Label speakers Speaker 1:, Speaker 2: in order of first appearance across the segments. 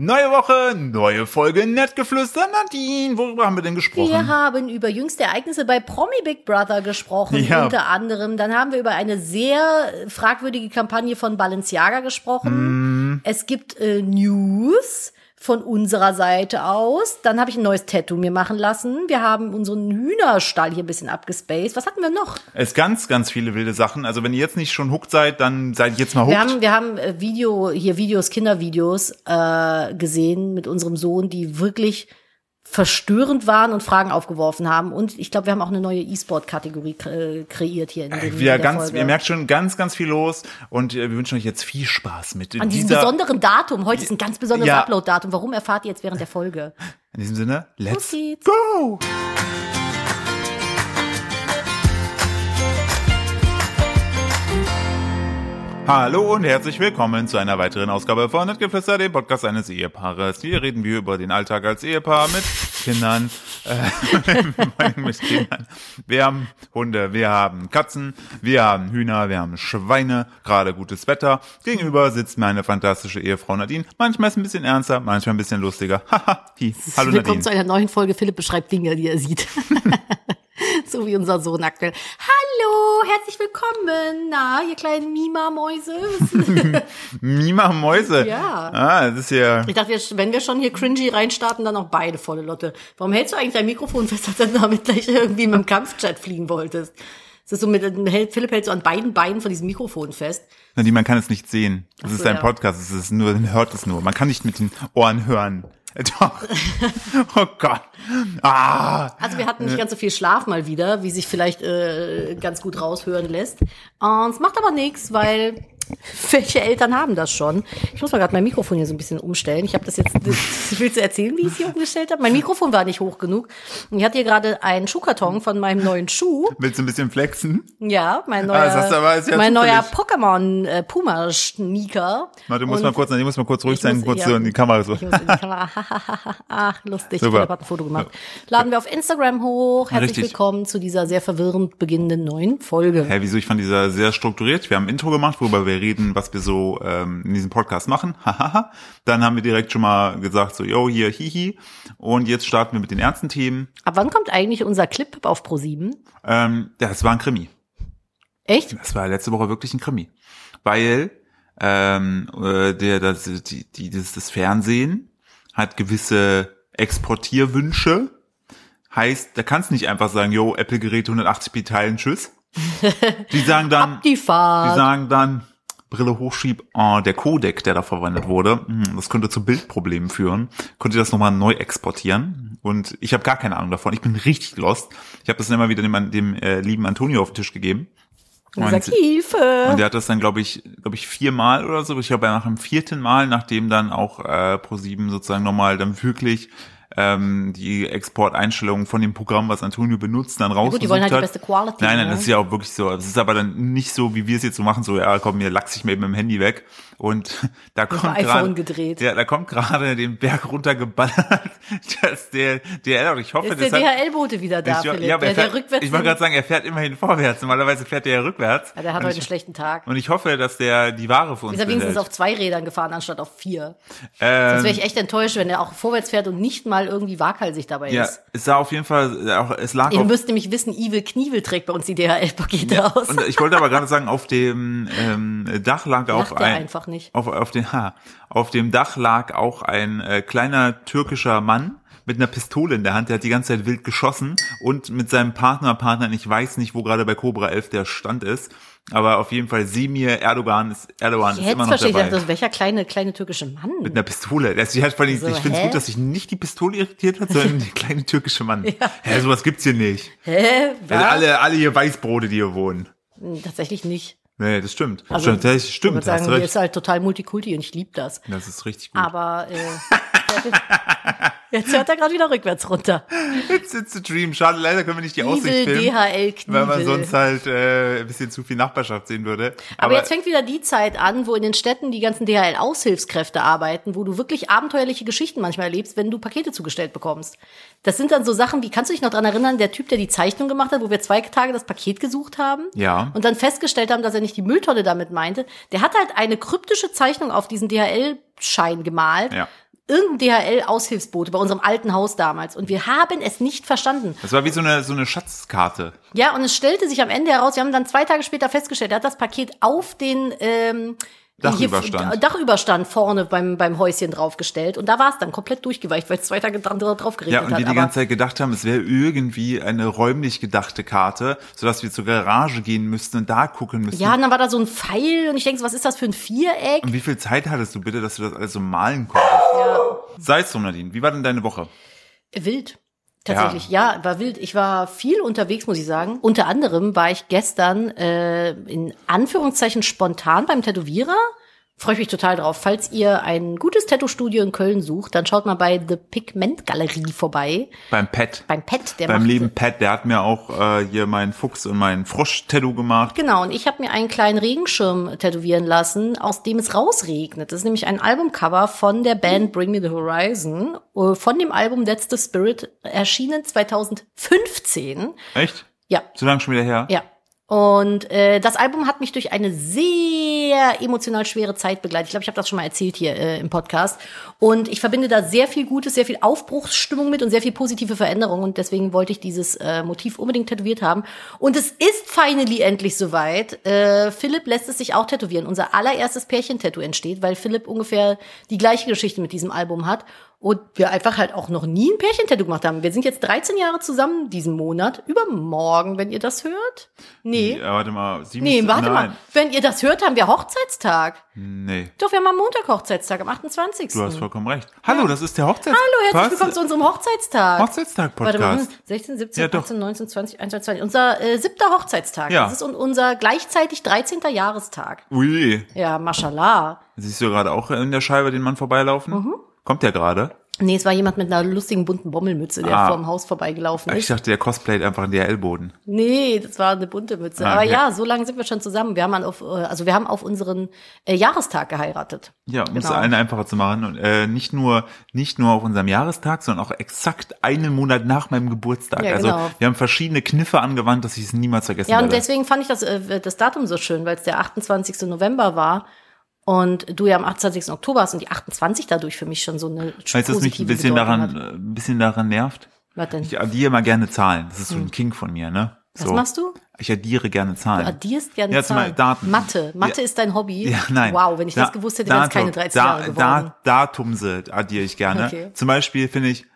Speaker 1: Neue Woche, neue Folge Nettgeflüster. Nadine, worüber haben wir denn gesprochen?
Speaker 2: Wir haben über jüngste Ereignisse bei Promi Big Brother gesprochen,
Speaker 1: Ja.
Speaker 2: unter anderem. Dann haben wir über eine sehr fragwürdige Kampagne von Balenciaga gesprochen.
Speaker 1: Mhm.
Speaker 2: Es gibt äh, News von unserer Seite aus. Dann habe ich ein neues Tattoo mir machen lassen. Wir haben unseren Hühnerstall hier ein bisschen abgespaced. Was hatten wir noch?
Speaker 1: Es ganz, ganz viele wilde Sachen. Also wenn ihr jetzt nicht schon hooked seid, dann seid jetzt mal hooked.
Speaker 2: Wir haben, wir haben äh, Video, hier Videos, Kindervideos äh, gesehen mit unserem Sohn, die wirklich verstörend waren und Fragen aufgeworfen haben. Und ich glaube, wir haben auch eine neue E-Sport-Kategorie kre- äh, kreiert hier in, dem, in
Speaker 1: wieder
Speaker 2: der
Speaker 1: Äh, ganz,
Speaker 2: Folge.
Speaker 1: ihr merkt schon, ganz, ganz viel los. Und äh, wir wünschen euch jetzt viel Spaß mit
Speaker 2: an diesem
Speaker 1: dieser,
Speaker 2: besonderen Datum, heute ist ein ganz besonderes
Speaker 1: Ja.
Speaker 2: Upload-Datum. Warum erfahrt ihr jetzt während der Folge?
Speaker 1: in diesem Sinne, let's
Speaker 2: Los geht's.
Speaker 1: go! Hallo und herzlich willkommen zu einer weiteren Ausgabe von Nettgeflüster, dem Podcast eines Ehepaares. Hier reden wir über den Alltag als Ehepaar mit Kindern, äh, mit Kindern. Wir haben Hunde, wir haben Katzen, wir haben Hühner, wir haben Schweine, gerade gutes Wetter. Gegenüber sitzt meine fantastische Ehefrau Nadine. Manchmal ist ein bisschen ernster, manchmal ein bisschen lustiger. Haha, hi. Hallo
Speaker 3: Willkommen
Speaker 1: Nadine.
Speaker 3: zu einer neuen Folge. Philipp beschreibt Dinge, die er sieht. so wie unser Sohn aktuell.
Speaker 2: Hallo, herzlich willkommen. Na, ihr kleinen Mima-Mäuse.
Speaker 1: Mima Mäuse.
Speaker 2: Ja.
Speaker 1: Ah, das ist ja.
Speaker 3: Ich dachte, wir- wenn wir schon hier cringy reinstarten, dann auch beide volle Lotte. Warum hältst du eigentlich dein Mikrofon fest, als du damit gleich irgendwie mit dem Kampfchat fliehen wolltest? Es ist so mit, hält- Philipp hält so an beiden Beinen von diesem Mikrofon fest.
Speaker 1: Nadine, man kann es nicht sehen. Das ist
Speaker 3: so,
Speaker 1: ein
Speaker 3: ja.
Speaker 1: Podcast. Es ist nur, man hört es nur. Man kann nicht mit den Ohren hören. Äh, Doch. oh Gott. Ah.
Speaker 3: Also wir hatten nicht ganz so viel Schlaf mal wieder, wie sich vielleicht äh, ganz gut raushören lässt. Und es macht aber nichts, weil welche Eltern haben das schon? Ich muss mal gerade mein Mikrofon hier so ein bisschen umstellen. Ich habe das jetzt. Willst du erzählen, wie ich es hier umgestellt habe? Mein Mikrofon war nicht hoch genug. Und Ich hatte hier gerade einen Schuhkarton von meinem neuen Schuh.
Speaker 1: Willst du ein bisschen flexen?
Speaker 3: Ja, mein neuer,
Speaker 1: Ah, das hast du aber- ist ja
Speaker 3: mein neuer
Speaker 1: zufällig.
Speaker 3: Pokémon äh, Puma Sneaker.
Speaker 1: Warte, muss
Speaker 3: Und-
Speaker 1: mal kurz, Nadine muss mal kurz ruhig
Speaker 3: Ich
Speaker 1: sein,
Speaker 3: muss-
Speaker 1: kurz
Speaker 3: ja.
Speaker 1: so in die Kamera so.
Speaker 3: ich muss in die Kamera. Ach, lustig.
Speaker 1: Super.
Speaker 3: Philipp hat ein Foto gemacht. Laden wir auf Instagram hoch. Herzlich
Speaker 1: Richtig.
Speaker 3: willkommen zu dieser sehr verwirrend beginnenden neuen Folge.
Speaker 1: Hä, wieso? Ich fand dieser sehr strukturiert. Wir haben ein Intro gemacht, worüber wir reden, was wir so ähm, in diesem Podcast machen. Hahaha. Dann haben wir direkt schon mal gesagt, so, yo, hier, hihi. Und jetzt starten wir mit den ernsten Themen.
Speaker 3: Ab wann kommt eigentlich unser Clip auf Pro7?
Speaker 1: Ähm, ja, es war ein Krimi.
Speaker 3: Echt?
Speaker 1: Das war letzte Woche wirklich ein Krimi. Weil ähm, äh, der, das, die, die, das, das Fernsehen hat gewisse Exportierwünsche. Heißt, da kannst du nicht einfach sagen, yo, Apple-Geräte 180p teilen, tschüss. Die sagen dann, die
Speaker 3: Die Fahrt.
Speaker 1: sagen dann, Brille hochschieb, oh, der Codec, der da verwendet wurde, hm, das könnte zu Bildproblemen führen. Könnt ihr das nochmal neu exportieren? Und ich habe gar keine Ahnung davon. Ich bin richtig lost. Ich habe das dann immer wieder dem, dem äh, lieben Antonio auf den Tisch gegeben.
Speaker 3: Unser
Speaker 1: Und-
Speaker 3: Kiefe.
Speaker 1: und der hat das dann, glaube ich, glaube ich, viermal oder so. Ich glaube, nach dem vierten Mal, nachdem dann auch äh, Pro7 sozusagen nochmal dann wirklich ähm, die Exporteinstellungen von dem Programm, was Antonio benutzt, dann raus.
Speaker 3: gut, die wollen halt die
Speaker 1: hat.
Speaker 3: beste Quality,
Speaker 1: Nein, nein,
Speaker 3: ne?
Speaker 1: das ist ja auch wirklich so. Also Es ist aber dann nicht so, wie wir es jetzt so machen, so, ja, komm, mir lachs ich mir eben im Handy weg. Und da kommt
Speaker 3: iPhone
Speaker 1: gerade.
Speaker 3: gedreht.
Speaker 1: Ja, da kommt gerade den Berg runtergeballert, dass der DL, ich hoffe,
Speaker 3: Ist der
Speaker 1: das hat-
Speaker 3: DHL-Bote wieder da,
Speaker 1: ich,
Speaker 3: Philipp?
Speaker 1: ja, aber
Speaker 3: der,
Speaker 1: er
Speaker 3: der
Speaker 1: fährt,
Speaker 3: rückwärts.
Speaker 1: ich wollte gerade sagen, er fährt immerhin vorwärts. Normalerweise fährt er ja rückwärts.
Speaker 3: ja, der hat
Speaker 1: Und
Speaker 3: heute einen
Speaker 1: ich-
Speaker 3: schlechten Tag.
Speaker 1: und ich hoffe, dass der die Ware für uns
Speaker 3: Ist er wenigstens
Speaker 1: behält.
Speaker 3: auf zwei Rädern gefahren, anstatt auf vier. Sonst wäre
Speaker 1: Ähm,
Speaker 3: ich echt enttäuscht, wenn er auch vorwärts fährt und nicht mal irgendwie waghalsig dabei
Speaker 1: ja,
Speaker 3: ist.
Speaker 1: es sah auf jeden Fall, äh, auch, es lag
Speaker 3: Ihr
Speaker 1: auf,
Speaker 3: müsst nämlich wissen, Evil Knievel trägt bei uns die DHL-Pakete aus.
Speaker 1: und ich wollte aber gerade sagen, auf dem ähm, Dach lag auch
Speaker 3: Macht er
Speaker 1: ein,
Speaker 3: einfach nicht.
Speaker 1: Auf, auf, den, ha, auf dem Dach lag auch ein äh, kleiner türkischer Mann mit einer Pistole in der Hand, der hat die ganze Zeit wild geschossen und mit seinem Partner, Partnerin, ich weiß nicht, wo gerade bei Cobra 11 der Stand ist, aber auf jeden Fall Semir Erdogan ist, Erdogan ist immer
Speaker 3: Jetzt
Speaker 1: noch
Speaker 3: verstehe ich,
Speaker 1: dabei.
Speaker 3: dachte, das- welcher kleine, kleine türkische Mann?
Speaker 1: Mit einer Pistole. Also die hat vor allem,
Speaker 3: So,
Speaker 1: ich finde es
Speaker 3: hä?
Speaker 1: gut, dass sich nicht die Pistole irritiert hat, sondern der kleine türkische Mann. Hä, sowas gibt's hier nicht.
Speaker 3: Hä?
Speaker 1: Also
Speaker 3: Was?
Speaker 1: alle, alle hier Weißbrote, die hier wohnen.
Speaker 3: Hm, Tatsächlich nicht.
Speaker 1: Nee, das stimmt. stimmt, das
Speaker 3: Also, Ich
Speaker 1: stimmt,
Speaker 3: würde
Speaker 1: hast
Speaker 3: sagen,
Speaker 1: du
Speaker 3: hier
Speaker 1: recht.
Speaker 3: ist halt total Multikulti und ich liebe das.
Speaker 1: Das ist richtig gut.
Speaker 3: Aber äh, jetzt hört er gerade wieder rückwärts runter.
Speaker 1: It's, it's a dream. Schade, leider können wir nicht die Aussicht
Speaker 3: Evil
Speaker 1: filmen.
Speaker 3: DHL
Speaker 1: Weil man
Speaker 3: Knievel.
Speaker 1: sonst halt äh, ein bisschen zu viel Nachbarschaft sehen würde.
Speaker 3: Aber jetzt fängt wieder die Zeit an, wo in den Städten die ganzen DHL-Aushilfskräfte arbeiten, wo du wirklich abenteuerliche Geschichten manchmal erlebst, wenn du Pakete zugestellt bekommst. Das sind dann so Sachen wie, kannst du dich noch dran erinnern, der Typ, der die Zeichnung gemacht hat, wo wir zwei Tage das Paket gesucht haben?
Speaker 1: Ja.
Speaker 3: Und dann festgestellt haben, dass er nicht die Mülltonne damit meinte. Der hat halt eine kryptische Zeichnung auf diesen DHL-Schein gemalt.
Speaker 1: Ja.
Speaker 3: irgendein DHL-Aushilfsbote bei unserem alten Haus damals. Und wir haben es nicht verstanden.
Speaker 1: Das war wie so eine, so eine Schatzkarte.
Speaker 3: Ja, und es stellte sich am Ende heraus, wir haben dann zwei Tage später festgestellt, er hat das Paket auf den ähm,
Speaker 1: Dachüberstand.
Speaker 3: hier- Dachüberstand vorne beim, beim Häuschen draufgestellt. Und da war es dann komplett durchgeweicht, weil es zwei Tage dran, drauf geregnet
Speaker 1: Ja, und
Speaker 3: hat.
Speaker 1: die die
Speaker 3: Aber
Speaker 1: ganze Zeit gedacht haben, es wäre irgendwie eine räumlich gedachte Karte, sodass wir zur Garage gehen müssten und da gucken müssten.
Speaker 3: ja, und dann war da so ein Pfeil und ich denke, was ist das für ein Viereck?
Speaker 1: Und wie viel Zeit hattest du bitte, dass du das alles so malen konntest? Sei es so, Nadine. Wie war denn deine Woche?
Speaker 3: Wild. Tatsächlich, ja. war wild. Ich war viel unterwegs, muss ich sagen. Unter anderem war ich gestern äh, in Anführungszeichen spontan beim Tätowierer. Freue ich mich total drauf. Falls ihr ein gutes Tattoo-Studio in Köln sucht, dann schaut mal bei The Pigment Galerie vorbei.
Speaker 1: Beim Pet.
Speaker 3: Beim Pet, der
Speaker 1: Beim
Speaker 3: macht
Speaker 1: lieben Pat, der hat mir auch äh, hier meinen Fuchs und meinen Frosch-Tattoo gemacht.
Speaker 3: Genau, und ich habe mir einen kleinen Regenschirm tätowieren lassen, aus dem es rausregnet. Das ist nämlich ein Albumcover von der Band Bring Me the Horizon, äh, von dem Album That's the Spirit, erschienen 2015.
Speaker 1: Echt?
Speaker 3: Ja,
Speaker 1: So lange schon wieder her?
Speaker 3: ja. Und äh, das Album hat mich durch eine sehr emotional schwere Zeit begleitet. Ich glaube, ich habe das schon mal erzählt hier äh, im Podcast. Und ich verbinde da sehr viel Gutes, sehr viel Aufbruchsstimmung mit und sehr viel positive Veränderung. Und deswegen wollte ich dieses äh, Motiv unbedingt tätowiert haben. Und es ist finally endlich soweit. Äh, Philipp lässt es sich auch tätowieren. Unser allererstes Pärchentattoo entsteht, weil Philipp ungefähr die gleiche Geschichte mit diesem Album hat. Und wir einfach halt auch noch nie ein Pärchentattoo gemacht haben. Wir sind jetzt 13 Jahre zusammen diesen Monat. Übermorgen, wenn ihr das hört. Nee.
Speaker 1: Äh, warte mal. Sieben
Speaker 3: Nee, warte
Speaker 1: Nein.
Speaker 3: mal. Wenn ihr das hört, haben wir Hochzeitstag.
Speaker 1: Nee,
Speaker 3: Doch, wir haben am Montag Hochzeitstag, am 28.
Speaker 1: du hast vollkommen recht. Hallo, das ist der Hochzeits
Speaker 3: Hallo, herzlich
Speaker 1: Was?
Speaker 3: willkommen zu unserem Hochzeitstag. Warte mal,
Speaker 1: Hochzeitstag-Podcast.
Speaker 3: hm, 16, 17,
Speaker 1: Ja, doch.
Speaker 3: 18, 19, 20, 21, 22. Unser äh, siebter Hochzeitstag.
Speaker 1: Ja.
Speaker 3: Das ist un unser gleichzeitig 13. Jahrestag.
Speaker 1: Ui.
Speaker 3: Ja, mashallah.
Speaker 1: Siehst du gerade auch in der Scheibe den Mann vorbeilaufen?
Speaker 3: Mhm.
Speaker 1: Kommt der gerade?
Speaker 3: Nee, es war jemand mit einer lustigen bunten Bommelmütze, der
Speaker 1: Ah.
Speaker 3: vorm Haus vorbeigelaufen
Speaker 1: Ich
Speaker 3: ist.
Speaker 1: dachte, der cosplayt einfach in DRL-Boden.
Speaker 3: Nee, das war eine bunte Mütze.
Speaker 1: Ah,
Speaker 3: Aber
Speaker 1: okay.
Speaker 3: ja, so lange sind wir schon zusammen. Wir haben an auf, äh, also wir haben auf unseren äh, Jahrestag geheiratet.
Speaker 1: Ja, um es
Speaker 3: Genau.
Speaker 1: allen einfacher zu machen. Und äh, nicht, nur, nicht nur auf unserem Jahrestag, sondern auch exakt einen Monat nach meinem Geburtstag.
Speaker 3: Ja,
Speaker 1: also
Speaker 3: genau.
Speaker 1: wir haben verschiedene Kniffe angewandt, dass ich es niemals vergessen
Speaker 3: Ja, und
Speaker 1: werde.
Speaker 3: deswegen fand ich das, äh, das Datum so schön, weil es der 28. November war und du ja am 28. Oktober hast und die 28 dadurch für mich schon so eine
Speaker 1: Weißt du, was mich ein
Speaker 3: positive
Speaker 1: bisschen
Speaker 3: Bedeutung
Speaker 1: daran,
Speaker 3: hat.
Speaker 1: äh, ein bisschen daran nervt?
Speaker 3: Was denn?
Speaker 1: Ich addiere mal gerne Zahlen. Das ist so ein King von mir, ne?
Speaker 3: Hm. Was
Speaker 1: so.
Speaker 3: machst du?
Speaker 1: Ich addiere gerne Zahlen.
Speaker 3: Du addierst gerne
Speaker 1: Ja, zum
Speaker 3: Zahlen.
Speaker 1: Beispiel Daten.
Speaker 3: Mathe. Mathe
Speaker 1: Ja.
Speaker 3: ist dein Hobby.
Speaker 1: Ja, nein.
Speaker 3: Wow, wenn ich
Speaker 1: Da-
Speaker 3: das gewusst hätte, wären es keine 13 Jahre geworden. Hm,
Speaker 1: Da, Datum sind addiere ich gerne.
Speaker 3: Okay.
Speaker 1: Zum Beispiel finde ich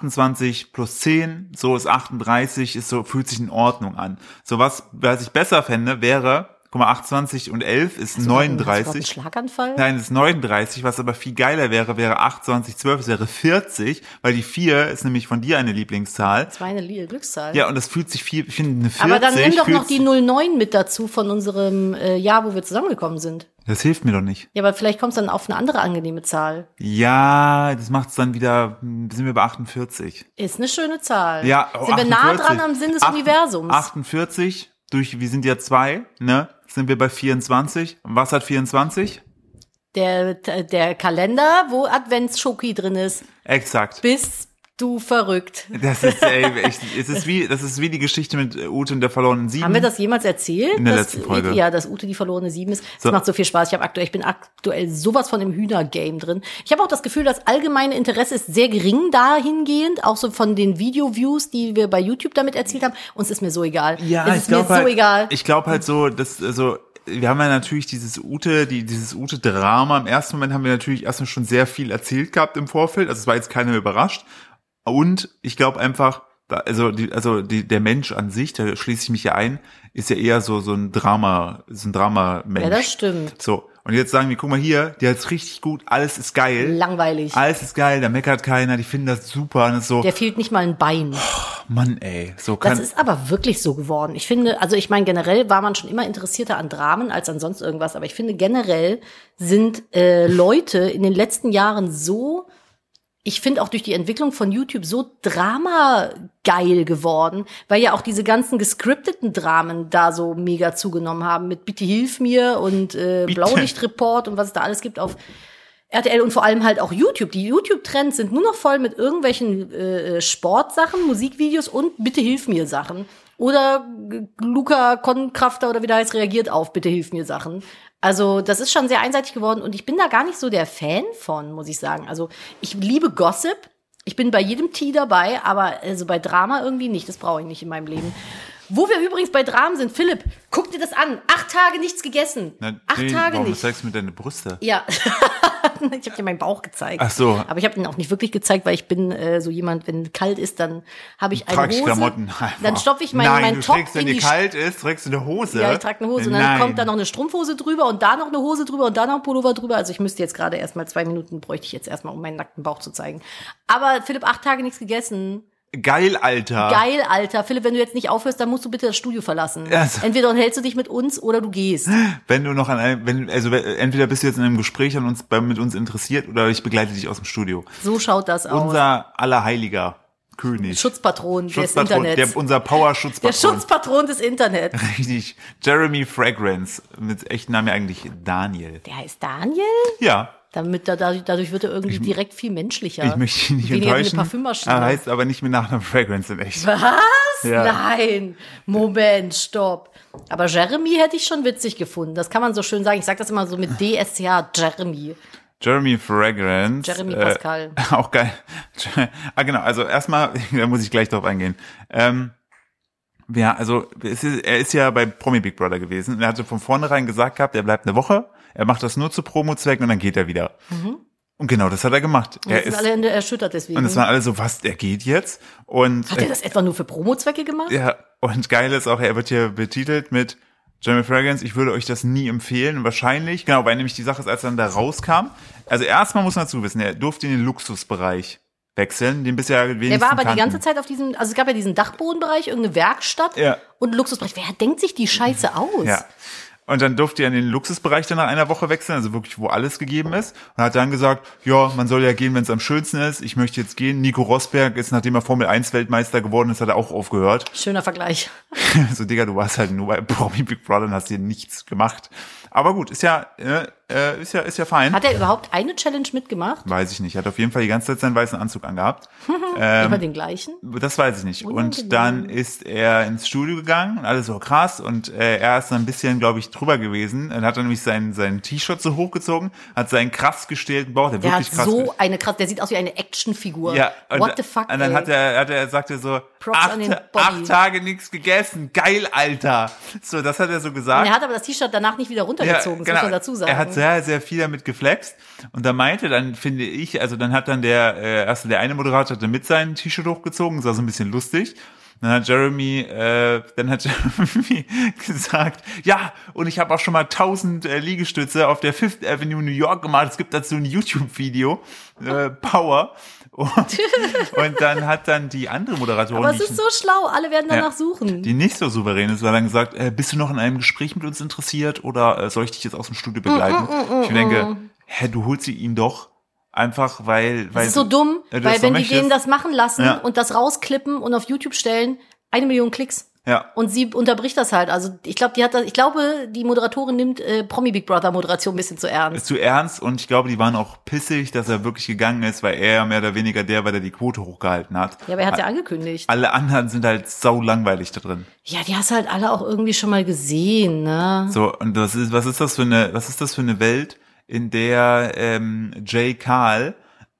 Speaker 1: 28 plus 10, so ist 38, ist so, fühlt sich in Ordnung an. So was, was ich besser fände, wäre, guck mal, 28 und 11 ist
Speaker 3: Also, Hast du einen
Speaker 1: 39.
Speaker 3: Schlaganfall?
Speaker 1: Nein, ist 39, was aber viel geiler wäre, wäre 28, 12, es wäre 40, weil die 4 ist nämlich von dir eine Lieblingszahl.
Speaker 3: Das war eine Lie- Glückszahl.
Speaker 1: Ja, und das fühlt sich viel, ich finde eine 40.
Speaker 3: Aber dann nimm doch
Speaker 1: fühlt
Speaker 3: noch die
Speaker 1: sich-
Speaker 3: 09 mit dazu von unserem äh, Jahr, wo wir zusammengekommen sind.
Speaker 1: Das hilft mir doch nicht.
Speaker 3: Ja, aber vielleicht kommst du dann auf eine andere angenehme Zahl.
Speaker 1: Ja, das macht's dann wieder, hm, sind wir bei 48.
Speaker 3: Ist eine schöne Zahl.
Speaker 1: Ja,
Speaker 3: sind
Speaker 1: oh,
Speaker 3: wir nah
Speaker 1: 48.
Speaker 3: dran am Sinn des
Speaker 1: Acht-
Speaker 3: Universums.
Speaker 1: 48 durch, wir sind ja zwei, ne? Sind wir bei 24. Und Was hat 24?
Speaker 3: Der, der Kalender, wo Adventsschoki drin ist.
Speaker 1: Exakt.
Speaker 3: Bist du verrückt.
Speaker 1: Das ist, ey, ich, es ist wie, das ist wie die Geschichte mit äh, Ute und der verlorenen Sieben.
Speaker 3: Haben wir das jemals erzählt?
Speaker 1: In der
Speaker 3: dass,
Speaker 1: letzten Folge.
Speaker 3: Ja, dass Ute die verlorene Sieben ist. Das
Speaker 1: So.
Speaker 3: macht so viel Spaß. Ich, hab aktuell, ich bin aktuell sowas von im Hühnergame drin. Ich habe auch das Gefühl, das allgemeine Interesse ist sehr gering dahingehend, auch so von den Video-Views, die wir bei YouTube damit erzielt haben. Uns ist mir so egal.
Speaker 1: Ja,
Speaker 3: es
Speaker 1: ich
Speaker 3: ist mir
Speaker 1: glaube halt,
Speaker 3: so egal.
Speaker 1: Ich glaube halt so, dass also wir haben ja natürlich dieses Ute, die, dieses Ute-Drama. Im ersten Moment haben wir natürlich erstmal schon sehr viel erzählt gehabt im Vorfeld. Also es war jetzt keiner überrascht. Und ich glaube einfach, da, also die, also die, der Mensch an sich, da schließe ich mich ja ein, ist ja eher so so ein Drama, so ein Drama-Mensch.
Speaker 3: Ja, das stimmt.
Speaker 1: So und jetzt sagen wir, guck mal hier, die hat's richtig gut, alles ist geil,
Speaker 3: Langweilig.
Speaker 1: alles ist geil, da meckert keiner, die finden das super und ist so,
Speaker 3: Der fehlt nicht mal ein Bein.
Speaker 1: Mann, ey, so kann
Speaker 3: Das ist aber wirklich so geworden. Ich finde, also ich meine, generell war man schon immer interessierter an Dramen als an sonst irgendwas, aber ich finde, generell sind äh, Leute in den letzten Jahren so, ich finde auch durch die Entwicklung von YouTube so dramageil geworden, weil ja auch diese ganzen gescripteten Dramen da so mega zugenommen haben mit Bitte hilf mir und äh,
Speaker 1: Bitte.
Speaker 3: Blaulichtreport und was es da alles gibt auf RTL und vor allem halt auch YouTube. Die YouTube-Trends äh, sind nur noch voll mit irgendwelchen äh, Sportsachen, Musikvideos und Bitte hilf mir Sachen. Oder Luca Konkrafter oder wie der heißt, reagiert auf, bitte hilf mir Sachen. Also das ist schon sehr einseitig geworden und ich bin da gar nicht so der Fan von, muss ich sagen. Also ich liebe Gossip. Ich bin bei jedem Tee dabei, aber also bei Drama irgendwie nicht. Das brauche ich nicht in meinem Leben. Wo wir übrigens bei Dramen sind, Philipp, guck dir das an. Acht Tage nichts gegessen.
Speaker 1: Na,
Speaker 3: Acht
Speaker 1: den-
Speaker 3: Tage
Speaker 1: warum
Speaker 3: nicht.
Speaker 1: zeigst du mir deine Brüste?
Speaker 3: Ja, ich habe dir meinen Bauch gezeigt.
Speaker 1: Ach so.
Speaker 3: Aber ich habe ihn auch nicht wirklich gezeigt, weil ich bin äh, so jemand, wenn kalt ist, dann habe ich eine
Speaker 1: Trage ich
Speaker 3: Hose.
Speaker 1: Klamotten.
Speaker 3: Dann stopfe ich meinen
Speaker 1: Nein,
Speaker 3: meinen
Speaker 1: du
Speaker 3: Top
Speaker 1: trägst, wenn
Speaker 3: in
Speaker 1: dir
Speaker 3: die
Speaker 1: kalt ist, trägst du eine Hose.
Speaker 3: ja, ich trage eine Hose und dann
Speaker 1: Nein.
Speaker 3: kommt da noch eine Strumpfhose drüber und da noch eine Hose drüber und da noch ein Pullover drüber. Also ich müsste jetzt gerade erstmal zwei Minuten bräuchte ich jetzt erstmal, um meinen nackten Bauch zu zeigen. Aber Philipp, acht Tage nichts gegessen.
Speaker 1: Geil, Alter.
Speaker 3: Geil, Alter. Philipp, wenn du jetzt nicht aufhörst, dann musst du bitte das Studio verlassen.
Speaker 1: Also-
Speaker 3: Entweder hältst du dich mit uns oder du gehst.
Speaker 1: Wenn du noch an einem, wenn, also äh, entweder bist du jetzt in einem Gespräch an uns, bei, mit uns interessiert oder ich begleite dich aus dem Studio.
Speaker 3: So schaut das aus.
Speaker 1: Unser allerheiliger König.
Speaker 3: Schutzpatron des
Speaker 1: Schutzpatron,
Speaker 3: Internets.
Speaker 1: der, unser Power-Schutzpatron.
Speaker 3: Der Schutzpatron des Internets.
Speaker 1: Richtig. Jeremy Fragrance. Mit echten Namen ja eigentlich Daniel.
Speaker 3: Der heißt Daniel?
Speaker 1: Ja.
Speaker 3: Damit er, dadurch, dadurch wird er irgendwie direkt viel menschlicher.
Speaker 1: Ich möchte ihn nicht
Speaker 3: Weniger wie eine
Speaker 1: enttäuschen. Ah,
Speaker 3: Parfümmaschine.
Speaker 1: Er heißt aber nicht mit Nachnamen Fragrance in echt.
Speaker 3: Was?
Speaker 1: Ja.
Speaker 3: Nein. Moment, stopp. Aber Jeremy hätte ich schon witzig gefunden. Das kann man so schön sagen. Ich sage das immer so mit DSCH, Jeremy.
Speaker 1: Jeremy Fragrance.
Speaker 3: Jeremy Pascal.
Speaker 1: Äh, auch geil. ah, genau. Also erstmal, da muss ich gleich drauf eingehen. Ähm, ja, also es ist, er ist ja bei Promi Big Brother gewesen und er hatte von vornherein gesagt gehabt, er bleibt eine Woche, er macht das nur zu Promo-Zwecken und dann geht er wieder. Und genau das hat er gemacht.
Speaker 3: Wir
Speaker 1: Er
Speaker 3: Mhm. sind
Speaker 1: ist,
Speaker 3: alle Hände
Speaker 1: und
Speaker 3: erschüttert deswegen.
Speaker 1: es waren alle so, was, er geht jetzt? Und
Speaker 3: Hat er das etwa nur für Promo-Zwecke gemacht?
Speaker 1: Ja, und geil ist auch, er wird hier betitelt mit Jeremy Fragrance, ich würde euch das nie empfehlen. Und wahrscheinlich, genau, weil nämlich die Sache ist, als er dann da rauskam. Also erstmal muss man dazu wissen, er durfte in den Luxusbereich wechseln, den bisher wenigstens
Speaker 3: Der war aber die
Speaker 1: kannten.
Speaker 3: ganze Zeit auf diesem, also es gab ja diesen Dachbodenbereich, irgendeine Werkstatt
Speaker 1: Ja.
Speaker 3: und Luxusbereich. Wer denkt sich die Scheiße aus?
Speaker 1: Ja. Und dann durfte er in den Luxusbereich dann nach einer Woche wechseln, also wirklich, wo alles gegeben ist. Und hat dann gesagt, ja, man soll ja gehen, wenn es am schönsten ist. Ich möchte jetzt gehen. Nico Rosberg ist, nachdem er Formel 1 Weltmeister geworden ist, hat er auch aufgehört.
Speaker 3: Schöner Vergleich.
Speaker 1: so, Digga, du warst halt nur bei Promi Big Brother und hast hier nichts gemacht. Aber gut, ist ja, äh, äh, ist ja, ist ja fein.
Speaker 3: Hat er überhaupt eine Challenge mitgemacht?
Speaker 1: weiß ich nicht. Hat auf jeden Fall die ganze Zeit seinen weißen Anzug angehabt. Ähm,
Speaker 3: Immer den gleichen?
Speaker 1: Das weiß ich nicht.
Speaker 3: Unangenehm.
Speaker 1: Und dann ist er ins Studio gegangen und alles so krass. Und äh, er ist dann ein bisschen, glaube ich, drüber gewesen. Dann hat er nämlich sein, sein T-Shirt so hochgezogen, hat seinen krass gestählten Bauch, der,
Speaker 3: Der hat
Speaker 1: wirklich krass
Speaker 3: so
Speaker 1: ist.
Speaker 3: eine krass, der sieht aus wie eine Actionfigur.
Speaker 1: Ja, und,
Speaker 3: What the fuck?
Speaker 1: und dann
Speaker 3: ey.
Speaker 1: hat er, hat er, sagte so,
Speaker 3: Props an
Speaker 1: acht,
Speaker 3: den Bobby.
Speaker 1: acht Tage nichts gegessen, geil, Alter. So, das hat er so gesagt.
Speaker 3: Und er hat aber das T-Shirt danach nicht wieder runtergezogen, das muss man dazu sagen.
Speaker 1: genau. Er hat sehr, sehr viel damit geflext. Und da meinte dann, finde ich, also dann hat dann der, äh, erste, der eine Moderator hatte mit seinem T-Shirt hochgezogen, das war so ein bisschen lustig. Dann hat Jeremy, äh, dann hat Jeremy gesagt, ja, und ich habe auch schon mal 1000 äh, Liegestütze auf der Fifth Avenue New York gemacht. Es gibt dazu ein YouTube-Video, äh, Power. Und, und dann hat dann die andere Moderatorin,
Speaker 3: aber
Speaker 1: die
Speaker 3: es
Speaker 1: ich
Speaker 3: ist so schlau, alle werden danach
Speaker 1: Ja.
Speaker 3: suchen.
Speaker 1: die nicht so souverän ist, weil dann gesagt, äh, bist du noch in einem Gespräch mit uns interessiert oder äh, soll ich dich jetzt aus dem
Speaker 3: Mm,
Speaker 1: Studio begleiten? ich mir denke, hä, du holst sie ihn doch einfach, weil, weil
Speaker 3: das ist so dumm,
Speaker 1: Ja, du das
Speaker 3: weil
Speaker 1: doch
Speaker 3: wenn die
Speaker 1: möchtest.
Speaker 3: denen das machen lassen
Speaker 1: Ja.
Speaker 3: und das rausklippen und auf YouTube stellen, eine Million Klicks.
Speaker 1: Ja.
Speaker 3: Und sie unterbricht das halt. Also ich glaube, die hat das, ich glaube, die Moderatorin nimmt äh, Promi Big Brother Moderation ein bisschen zu ernst.
Speaker 1: ist zu ernst und ich glaube, die waren auch pissig, dass er wirklich gegangen ist, weil er ja mehr oder weniger der war, der die Quote hochgehalten hat.
Speaker 3: Ja, aber er hat ja angekündigt.
Speaker 1: Alle anderen sind halt sau langweilig da drin.
Speaker 3: Ja, die hast du halt alle auch irgendwie schon mal gesehen, ne?
Speaker 1: So, und was ist, was ist das für eine, was ist das für eine Welt, in der ähm, Jay Carl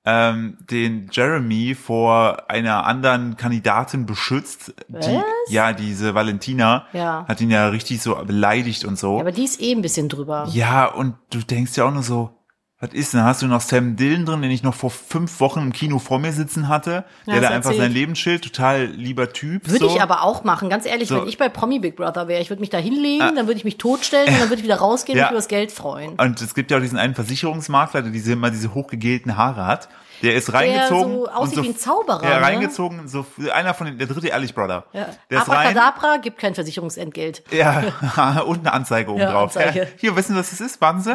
Speaker 1: ähm, den Jeremy vor einer anderen Kandidatin beschützt? Die, ja, diese Valentina
Speaker 3: Ja.
Speaker 1: hat ihn ja richtig so beleidigt und so.
Speaker 3: Aber die ist eh ein bisschen drüber.
Speaker 1: Ja, und du denkst ja auch nur so, was ist denn? Hast du noch Sam Dillon drin, den ich noch vor fünf Wochen im Kino vor mir sitzen hatte, der da
Speaker 3: hast
Speaker 1: einfach
Speaker 3: erzählt.
Speaker 1: sein Lebensschild, total lieber Typ.
Speaker 3: Würde
Speaker 1: so.
Speaker 3: ich aber auch machen, ganz ehrlich,
Speaker 1: So. Ah.
Speaker 3: wenn ich bei Promi Big Brother wäre, ich würde mich da hinlegen, dann würde ich mich totstellen und dann würde ich wieder rausgehen
Speaker 1: Ja.
Speaker 3: und mich über das Geld freuen.
Speaker 1: Und es gibt ja auch diesen einen Versicherungsmakler, der diese immer diese hochgegelten Haare hat. Der ist reingezogen.
Speaker 3: so aussieht
Speaker 1: und
Speaker 3: wie ein Zauberer,
Speaker 1: Ja,
Speaker 3: ne?
Speaker 1: reingezogen, so einer von den, der dritte Ehrlich Brother.
Speaker 3: Ja.
Speaker 1: Der ist rein.
Speaker 3: Abracadabra gibt kein Versicherungsentgelt.
Speaker 1: Ja, und eine Anzeige oben drauf.
Speaker 3: Anzeige.
Speaker 1: Ja, hier, wissen Sie, was das ist? Warten Sie.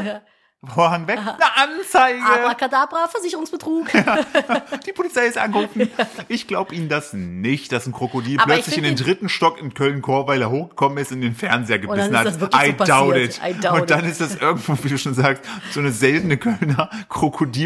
Speaker 1: Vorhang weg. Eine Anzeige.
Speaker 3: Abracadabra, Versicherungsbetrug.
Speaker 1: Die Polizei ist angerufen. Ich glaube Ihnen das nicht, dass ein Krokodil
Speaker 3: Aber ich
Speaker 1: plötzlich in
Speaker 3: find
Speaker 1: den
Speaker 3: den-
Speaker 1: dritten Stock in Köln-Korweiler hochgekommen ist, in den Fernseher
Speaker 3: dann
Speaker 1: gebissen
Speaker 3: ist
Speaker 1: hat.
Speaker 3: das wirklich
Speaker 1: I,
Speaker 3: so
Speaker 1: doubt it.
Speaker 3: passiert. I doubt
Speaker 1: Und dann
Speaker 3: it.
Speaker 1: ist das irgendwo, wie du schon sagst, so eine seltene Kölner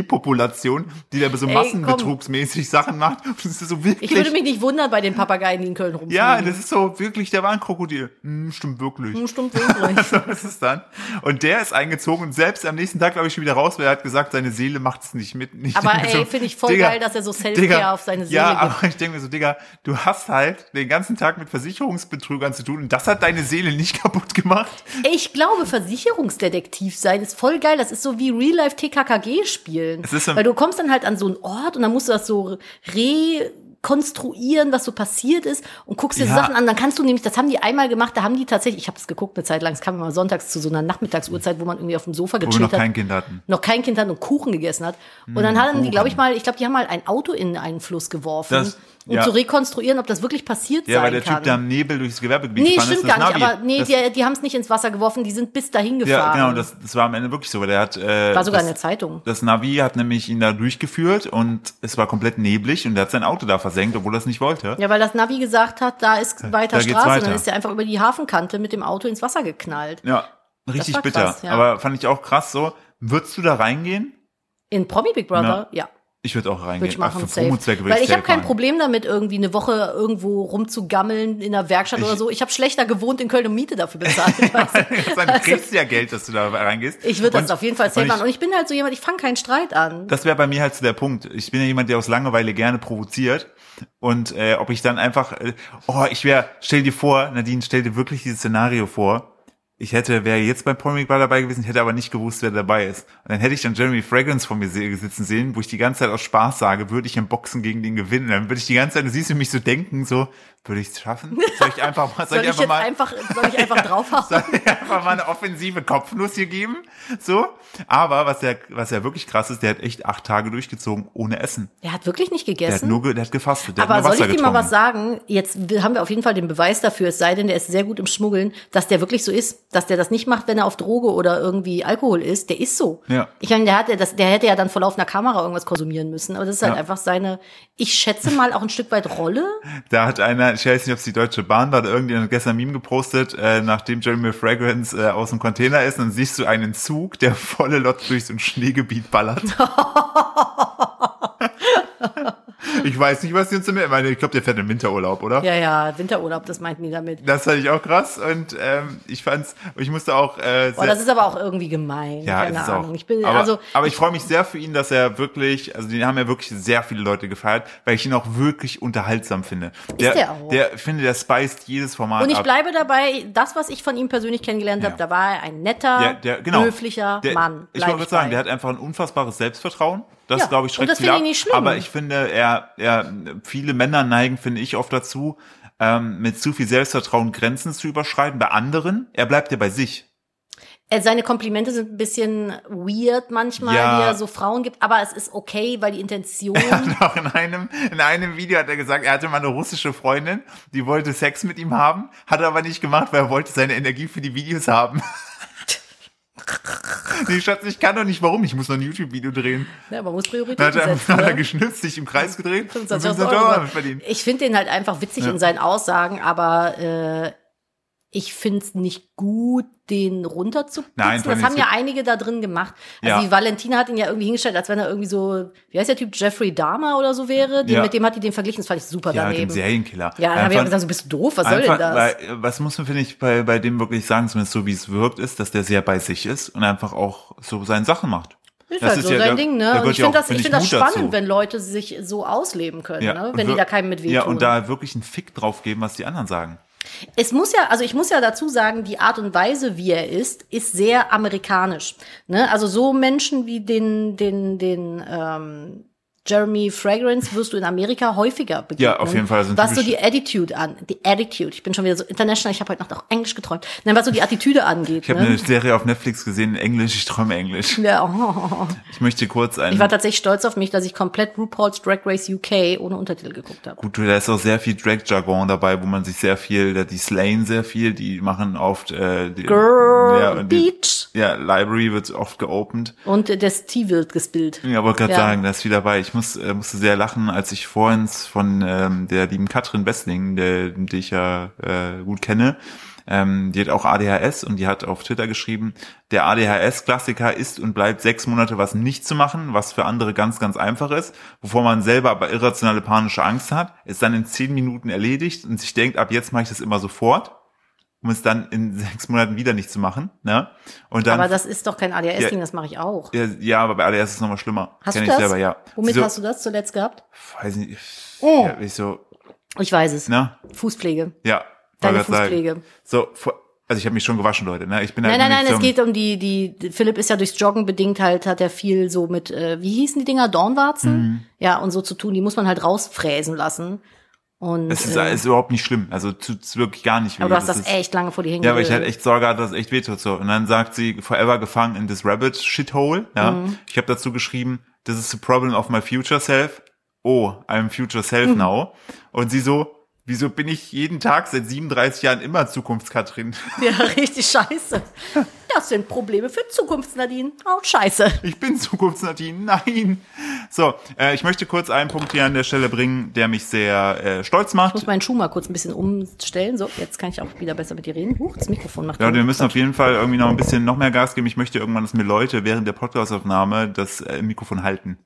Speaker 1: Krokodilpopulation, die da so
Speaker 3: Ey,
Speaker 1: massenbetrugsmäßig Sachen macht. Und es ist so wirklich.
Speaker 3: Ich würde mich nicht wundern bei den Papageien, die in Köln rumfliegen.
Speaker 1: ja, das ist so wirklich, da war ein Krokodil. Hm, stimmt wirklich.
Speaker 3: Stimmt wirklich.
Speaker 1: So ist es dann. Und der ist eingezogen und selbst am nächsten Tag, glaube ich, schon wieder raus, weil er hat gesagt, seine Seele macht es nicht mit. Nicht
Speaker 3: Aber
Speaker 1: Ich denke mir
Speaker 3: ey, finde ich voll
Speaker 1: Digga,
Speaker 3: geil, dass er so Selfcare
Speaker 1: Digga,
Speaker 3: auf seine Seele
Speaker 1: Ja,
Speaker 3: gibt.
Speaker 1: aber ich denke mir so, Digga, du hast halt den ganzen Tag mit Versicherungsbetrügern zu tun und das hat deine Seele nicht kaputt gemacht.
Speaker 3: Ich glaube, Versicherungsdetektiv sein ist voll geil. Das ist so wie Real-Life TKKG spielen.
Speaker 1: Es ist so-
Speaker 3: Weil du kommst dann halt an so einen Ort und dann musst du das so rekonstruieren, was so passiert ist und guckst dir
Speaker 1: Ja.
Speaker 3: Sachen an. Dann kannst du nämlich, das haben die einmal gemacht, da haben die tatsächlich, ich habe es geguckt eine Zeit lang, es kam immer sonntags zu so einer Nachmittagsuhrzeit, wo man irgendwie auf dem Sofa
Speaker 1: Wo wir noch
Speaker 3: gechillt
Speaker 1: kein Hm,
Speaker 3: hat.
Speaker 1: Kind hatten.
Speaker 3: Noch kein Kind hat und Kuchen gegessen hat. Und dann haben die, glaube ich mal, ich glaube, die haben mal ein Auto in einen Fluss geworfen,
Speaker 1: Das-
Speaker 3: um
Speaker 1: ja.
Speaker 3: zu rekonstruieren, ob das wirklich passiert
Speaker 1: Ja,
Speaker 3: sein
Speaker 1: weil der
Speaker 3: kann.
Speaker 1: Typ da im Nebel durchs Gewerbegebiet
Speaker 3: Nee,
Speaker 1: gefahren
Speaker 3: stimmt
Speaker 1: ist. das
Speaker 3: gar nicht,
Speaker 1: Navi.
Speaker 3: aber nee,
Speaker 1: das,
Speaker 3: die, die haben es nicht ins Wasser geworfen, die sind bis dahin
Speaker 1: ja,
Speaker 3: gefahren.
Speaker 1: genau, das, das war am Ende wirklich so, weil er hat, äh,
Speaker 3: War sogar in der
Speaker 1: das,
Speaker 3: Zeitung.
Speaker 1: das Navi hat nämlich ihn da durchgeführt und es war komplett neblig und er hat sein Auto da versenkt, obwohl er es nicht wollte.
Speaker 3: Ja, weil das Navi gesagt hat, da ist weiter
Speaker 1: Da geht's
Speaker 3: Straße,
Speaker 1: weiter.
Speaker 3: dann ist er einfach über die Hafenkante mit dem Auto ins Wasser geknallt.
Speaker 1: Ja, richtig
Speaker 3: war
Speaker 1: bitter.
Speaker 3: krass, ja.
Speaker 1: Aber fand ich auch krass so. Würdest du da reingehen?
Speaker 3: In Promi Big Brother, ja,
Speaker 1: Ich würde auch reingehen.
Speaker 3: würde ich machen,
Speaker 1: Ach, für
Speaker 3: safe.
Speaker 1: Promo-Zwecke würde
Speaker 3: Weil ich habe
Speaker 1: safe
Speaker 3: kein
Speaker 1: rein.
Speaker 3: Problem damit, irgendwie eine Woche irgendwo rumzugammeln in der Werkstatt
Speaker 1: Ich-
Speaker 3: oder so. Ich habe schlechter gewohnt in Köln und Miete dafür bezahlt. weißt du?
Speaker 1: Dann kriegst du ja Geld, dass du da reingehst.
Speaker 3: Also, ich würde das
Speaker 1: Und-
Speaker 3: auf jeden Fall safe
Speaker 1: und ich-
Speaker 3: machen. Und ich bin halt so jemand, ich fange keinen Streit an.
Speaker 1: Das wäre bei mir halt so der Punkt. Ich bin ja jemand, der aus Langeweile gerne provoziert. Und äh, ob ich dann einfach, äh, oh, ich wäre, stell dir vor, Nadine, stell dir wirklich dieses Szenario vor. Ich hätte, wäre jetzt bei Paul Ball dabei gewesen, hätte aber nicht gewusst, wer dabei ist. Und dann hätte ich dann Jeremy Fragrance vor mir se- sitzen sehen, wo ich die ganze Zeit aus Spaß sage, würde ich im Boxen gegen den gewinnen. Dann würde ich die ganze Zeit, du siehst du mich so denken, so, würde ich es schaffen? Soll ich einfach mal, soll,
Speaker 3: Soll
Speaker 1: ich
Speaker 3: ich,
Speaker 1: einfach mal,
Speaker 3: jetzt einfach, soll ich einfach draufhauen?
Speaker 1: soll ich einfach mal eine offensive Kopfnuss hier geben. So. Aber was ja, was ja wirklich krass ist, der hat echt acht Tage durchgezogen ohne Essen.
Speaker 3: Er hat wirklich nicht
Speaker 1: Der hat
Speaker 3: gegessen.
Speaker 1: nur, ge- der hat gefastet. Der
Speaker 3: Aber
Speaker 1: hat nur
Speaker 3: soll ich
Speaker 1: Wasser
Speaker 3: dir mal was
Speaker 1: getrunken.
Speaker 3: sagen? Jetzt haben wir auf jeden Fall den Beweis dafür, es sei denn, der ist sehr gut im Schmuggeln, dass der wirklich so ist, dass der das nicht macht, wenn er auf Droge oder irgendwie Alkohol ist. Der ist so.
Speaker 1: Ja.
Speaker 3: Ich meine, der, hat, ja das, der hätte ja dann vor laufender Kamera irgendwas konsumieren müssen. Aber das ist halt
Speaker 1: Ja.
Speaker 3: einfach seine, ich schätze mal, auch ein Stück weit Rolle.
Speaker 1: Da hat einer, ich weiß nicht, ob es die Deutsche Bahn war, da irgendjemand hat gestern ein Meme gepostet, äh, nachdem Jeremy Fragrance äh, aus dem Container ist, dann siehst du einen Zug, der volle Lot durch so ein Schneegebiet ballert. ich weiß nicht, was die uns damit, ich meine, ich glaube, der fährt im Winterurlaub, oder?
Speaker 3: Ja, ja, Winterurlaub, das meinten die damit.
Speaker 1: Das fand ich auch krass und ähm, ich fand's, ich musste auch äh,
Speaker 3: Boah, Oh, das ist aber auch irgendwie gemein.
Speaker 1: Ja,
Speaker 3: Keine
Speaker 1: ist es
Speaker 3: Ahnung.
Speaker 1: auch.
Speaker 3: Ich bin,
Speaker 1: aber,
Speaker 3: also,
Speaker 1: aber ich freue mich sehr für ihn, dass er wirklich, also den haben ja wirklich sehr viele Leute gefeiert, weil ich ihn auch wirklich unterhaltsam finde. Der,
Speaker 3: der auch.
Speaker 1: Der, ich finde, der speist jedes Format
Speaker 3: und ich
Speaker 1: ab.
Speaker 3: bleibe dabei, das, was ich von ihm persönlich kennengelernt habe,
Speaker 1: Ja.
Speaker 3: da war er ein netter,
Speaker 1: der, der, genau.
Speaker 3: höflicher
Speaker 1: der,
Speaker 3: Mann.
Speaker 1: Ich
Speaker 3: Bleib
Speaker 1: wollte gerade sagen,
Speaker 3: bei.
Speaker 1: der hat einfach ein unfassbares Selbstvertrauen. Das,
Speaker 3: Ja,
Speaker 1: glaube ich,
Speaker 3: und
Speaker 1: schreckt
Speaker 3: das
Speaker 1: viele
Speaker 3: finde
Speaker 1: ab.
Speaker 3: ich nicht schlimm.
Speaker 1: Aber ich finde, er, er, viele Männer neigen, finde ich, oft dazu, ähm, mit zu viel Selbstvertrauen Grenzen zu überschreiten bei anderen. Er bleibt ja bei sich.
Speaker 3: Äh, Seine Komplimente sind ein bisschen weird manchmal,
Speaker 1: Ja.
Speaker 3: die er so Frauen gibt, aber es ist okay, weil die Intention.
Speaker 1: Doch in einem, in einem Video hat er gesagt, er hatte mal eine russische Freundin, die wollte Sex mit ihm haben, hat er aber nicht gemacht, weil er wollte seine Energie für die Videos haben. Nee, Schatz, ich kann doch nicht, warum? Ich muss noch ein YouTube-Video drehen.
Speaker 3: ja, ne, man muss
Speaker 1: Dann hat
Speaker 3: Prioritäten
Speaker 1: er,
Speaker 3: setzen.
Speaker 1: hat er
Speaker 3: Ne?
Speaker 1: geschnitzt, sich im Kreis gedreht.
Speaker 3: 25.000
Speaker 1: und
Speaker 3: Euro.
Speaker 1: damit oh, verdient.
Speaker 3: Ich finde den halt einfach witzig in seinen Aussagen, aber äh, ich finde es nicht gut, den runterzupitzen.
Speaker 1: Nein, vor allem,
Speaker 3: das haben
Speaker 1: es
Speaker 3: ja
Speaker 1: gibt-
Speaker 3: einige da drin gemacht. Also
Speaker 1: Ja.
Speaker 3: die Valentina hat ihn ja irgendwie hingestellt, als wenn er irgendwie so, wie heißt der Typ, Jeffrey Dahmer oder so wäre. Den,
Speaker 1: Ja.
Speaker 3: Mit dem hat die den verglichen, das fand ich super
Speaker 1: Ja, mit dem
Speaker 3: daneben.
Speaker 1: Serienkiller.
Speaker 3: Ja, dann habe ich
Speaker 1: Einfach-
Speaker 3: auch gesagt, so bist du doof, was soll
Speaker 1: Einfach,
Speaker 3: denn das?
Speaker 1: Weil, äh, was muss man, finde ich, bei, bei dem wirklich sagen, zumindest so wie es wirkt, ist, dass der sehr bei sich ist und einfach auch so seine Sachen macht.
Speaker 3: Ist halt so sein
Speaker 1: da-
Speaker 3: Ding, ne?
Speaker 1: da
Speaker 3: Und
Speaker 1: gehört
Speaker 3: ich
Speaker 1: ja
Speaker 3: finde
Speaker 1: auch,
Speaker 3: das, ich
Speaker 1: ich,
Speaker 3: find das
Speaker 1: Mut
Speaker 3: spannend,
Speaker 1: dazu.
Speaker 3: wenn Leute sich so ausleben können, ne?
Speaker 1: und
Speaker 3: wenn die
Speaker 1: wir-
Speaker 3: da keinem mit wehtun.
Speaker 1: Ja, und da wirklich einen Fick drauf geben, was die anderen sagen.
Speaker 3: Es muss ja, also ich muss ja dazu sagen, die Art und Weise, wie er ist, ist sehr amerikanisch. Ne? Also so Menschen wie den, den, den ähm, Jeremy Fragrance wirst du in Amerika häufiger begegnen.
Speaker 1: Ja, auf jeden Fall sind
Speaker 3: Was so
Speaker 1: typisch-
Speaker 3: die Attitude an, die Attitude. Ich bin schon wieder so international. Ich habe heute Nacht auch Englisch geträumt. Nein, was so die Attitüde angeht.
Speaker 1: Ich habe
Speaker 3: ne?
Speaker 1: eine Serie auf Netflix gesehen in Englisch, ich träume Englisch.
Speaker 3: ja, oh.
Speaker 1: Ich möchte kurz einen.
Speaker 3: Ich war tatsächlich stolz auf mich, dass ich komplett RuPaul's Drag Race UK ohne Untertitel geguckt habe.
Speaker 1: Gut, da ist auch sehr viel Drag-Jargon dabei, wo man sich sehr viel, da- die slayen sehr viel, die machen oft äh, die,
Speaker 3: Girl,
Speaker 1: ja, und die,
Speaker 3: Beach.
Speaker 1: ja, Library wird oft geopend.
Speaker 3: Und äh, das T wird gespielt.
Speaker 1: Ja, wollte gerade
Speaker 3: Ja.
Speaker 1: sagen, da ist viel dabei. Ich muss, äh, musste sehr lachen, als ich vorhin von ähm, der lieben Katrin Wessling, der, die ich ja äh, gut kenne, ähm, die hat auch ADHS und die hat auf Twitter geschrieben, der ADHS-Klassiker ist und bleibt sechs Monate was nicht zu machen, was für andere ganz, ganz einfach ist, wovor man selber aber irrationale panische Angst hat, ist dann in zehn Minuten erledigt und sich denkt, ab jetzt mache ich das immer sofort, um es dann in sechs Monaten wieder nicht zu machen. Ne? Und dann
Speaker 3: Aber das ist doch kein ADS-Ding,
Speaker 1: Ja.
Speaker 3: das mache ich auch.
Speaker 1: ja, ja, aber bei ADS ist es nochmal schlimmer.
Speaker 3: Hast
Speaker 1: Kenn
Speaker 3: du das?
Speaker 1: ich selber, ja.
Speaker 3: Womit
Speaker 1: so,
Speaker 3: hast du das zuletzt gehabt?
Speaker 1: Weiß nicht.
Speaker 3: Oh.
Speaker 1: Ja, ich so,
Speaker 3: Ich weiß es.
Speaker 1: ne?
Speaker 3: Fußpflege.
Speaker 1: Ja.
Speaker 3: Deine
Speaker 1: wollte grad sagen.
Speaker 3: Fußpflege.
Speaker 1: So, vor- also ich habe mich schon gewaschen, Leute, ne? Ich bin
Speaker 3: Nein,
Speaker 1: halt
Speaker 3: nein, nein,
Speaker 1: nicht
Speaker 3: es
Speaker 1: so-
Speaker 3: geht um die, die, Philipp ist ja durchs Joggen bedingt halt, hat er viel so mit, äh, wie hießen die Dinger, Dornwarzen?
Speaker 1: Mhm.
Speaker 3: Ja, und so zu tun, die muss man halt rausfräsen lassen. Und,
Speaker 1: Es ist,
Speaker 3: äh,
Speaker 1: es ist überhaupt nicht schlimm. Also tut's wirklich gar nicht weh.
Speaker 3: aber du hast
Speaker 1: Das
Speaker 3: das
Speaker 1: ist-
Speaker 3: echt lange vor dir hingelegt.
Speaker 1: Ja, aber ich hatte echt Sorge, hatte, dass es echt wehtut so. Und dann sagt sie, forever gefangen in this rabbit shithole. Ja,
Speaker 3: Mhm.
Speaker 1: ich habe dazu geschrieben, this is the problem of my future self. Oh, I'm future self
Speaker 3: Mhm.
Speaker 1: now. Und sie so, wieso bin ich jeden Tag seit 37 Jahren immer Zukunftskatrin?
Speaker 3: Ja, richtig scheiße. Das sind Probleme für Zukunft, Nadine. Auch scheiße.
Speaker 1: Ich bin Zukunftsnadine, nein. So, äh, ich möchte kurz einen Punkt hier an der Stelle bringen, der mich sehr äh, stolz
Speaker 3: Ich muss
Speaker 1: macht.
Speaker 3: meinen Schuh mal kurz ein bisschen umstellen. So, jetzt kann ich auch wieder besser mit dir reden. Huch, das Mikrofon macht
Speaker 1: Ja, wir müssen auf jeden Fall irgendwie noch ein bisschen noch mehr Gas geben. Ich möchte irgendwann, dass mir Leute während der Podcastaufnahme das äh, Mikrofon halten.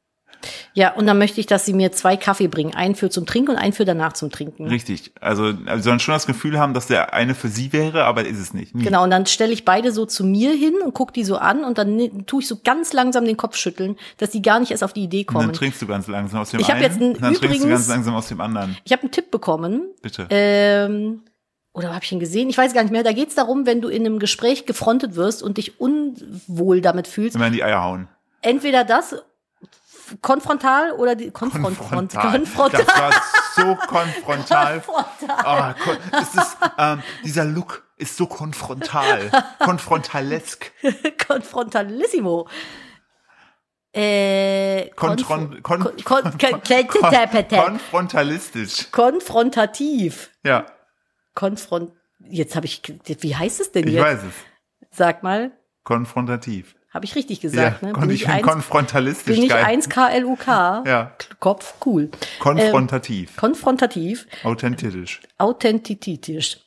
Speaker 3: Ja, und dann möchte ich, dass sie mir zwei Kaffee bringen. Einen für zum Trinken und einen für danach zum Trinken.
Speaker 1: Richtig. Also, also sollen schon das Gefühl haben, dass der eine für sie wäre, aber ist es nicht. Nie.
Speaker 3: Genau, und dann stelle ich beide so zu mir hin und gucke die so an und dann ni- tue ich so ganz langsam den Kopf schütteln, dass die gar nicht erst auf die Idee
Speaker 1: Und dann
Speaker 3: kommen.
Speaker 1: trinkst du ganz langsam aus dem
Speaker 3: Ich hab
Speaker 1: einen.
Speaker 3: jetzt einen-
Speaker 1: und dann trinkst du
Speaker 3: übrigens-
Speaker 1: ganz langsam aus dem anderen.
Speaker 3: Ich habe einen Tipp bekommen.
Speaker 1: Bitte.
Speaker 3: Ähm, oder habe ich ihn gesehen? Ich weiß gar nicht mehr. Da geht es darum, wenn du in einem Gespräch gefrontet wirst und dich unwohl damit fühlst.
Speaker 1: Immer in die Eier hauen.
Speaker 3: Entweder das konfrontal oder die konfront konfrontal.
Speaker 1: Das war so konfrontal.
Speaker 3: Konfrontal.
Speaker 1: Ah, kon es ist, ähm, dieser Look ist so konfrontal. Konfrontalesk.
Speaker 3: Konfrontalissimo. Äh,
Speaker 1: Kontron- kon-
Speaker 3: kon kon kon
Speaker 1: Kon konfrontalistisch.
Speaker 3: konfrontativ.
Speaker 1: Ja,
Speaker 3: Konfront. Jetzt habe ich. Wie heißt es denn
Speaker 1: ich
Speaker 3: jetzt?
Speaker 1: weiß es.
Speaker 3: Sag mal,
Speaker 1: Konfrontativ.
Speaker 3: habe ich richtig gesagt?
Speaker 1: ja,
Speaker 3: ne?
Speaker 1: kon
Speaker 3: Bin
Speaker 1: ich
Speaker 3: ich
Speaker 1: bin
Speaker 3: eins,
Speaker 1: konfrontalistisch
Speaker 3: bin ich
Speaker 1: geil.
Speaker 3: eins Ähm, KLUK?
Speaker 1: Ja.
Speaker 3: Kopf cool.
Speaker 1: Konfrontativ.
Speaker 3: Konfrontativ,
Speaker 1: Authentisch.
Speaker 3: authentitisch.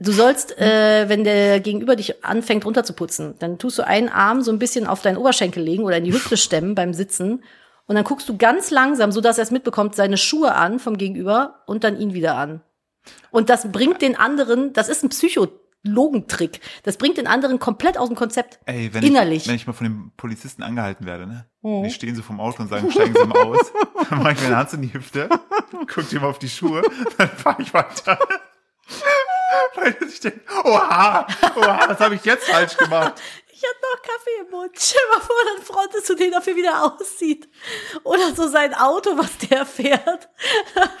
Speaker 3: Du sollst, äh, wenn der Gegenüber dich anfängt runterzuputzen, dann tust du einen Arm so ein bisschen auf deinen Oberschenkel legen oder in die Hüfte stemmen beim Sitzen und dann guckst du ganz langsam, so dass er es mitbekommt, seine Schuhe an vom Gegenüber und dann ihn wieder an. Und das bringt den anderen, das ist ein Psychologentrick, das bringt den anderen komplett aus dem Konzept.
Speaker 1: Ey, wenn
Speaker 3: Innerlich. Mhm.
Speaker 1: Ich, wenn ich mal von dem Polizisten angehalten werde, ne? Die stehen so vom Auto und sagen, steigen Sie mal aus. Dann mache ich meine Hand in die Hüfte, guck dir mal auf die Schuhe, dann fahre ich weiter. Weil ich denke, oha, oha, was habe ich jetzt falsch gemacht?
Speaker 3: Ich hab noch Kaffee im Mund. Stell mal vor, dann frontest du den dafür wieder aussieht. Oder so sein Auto, was der fährt.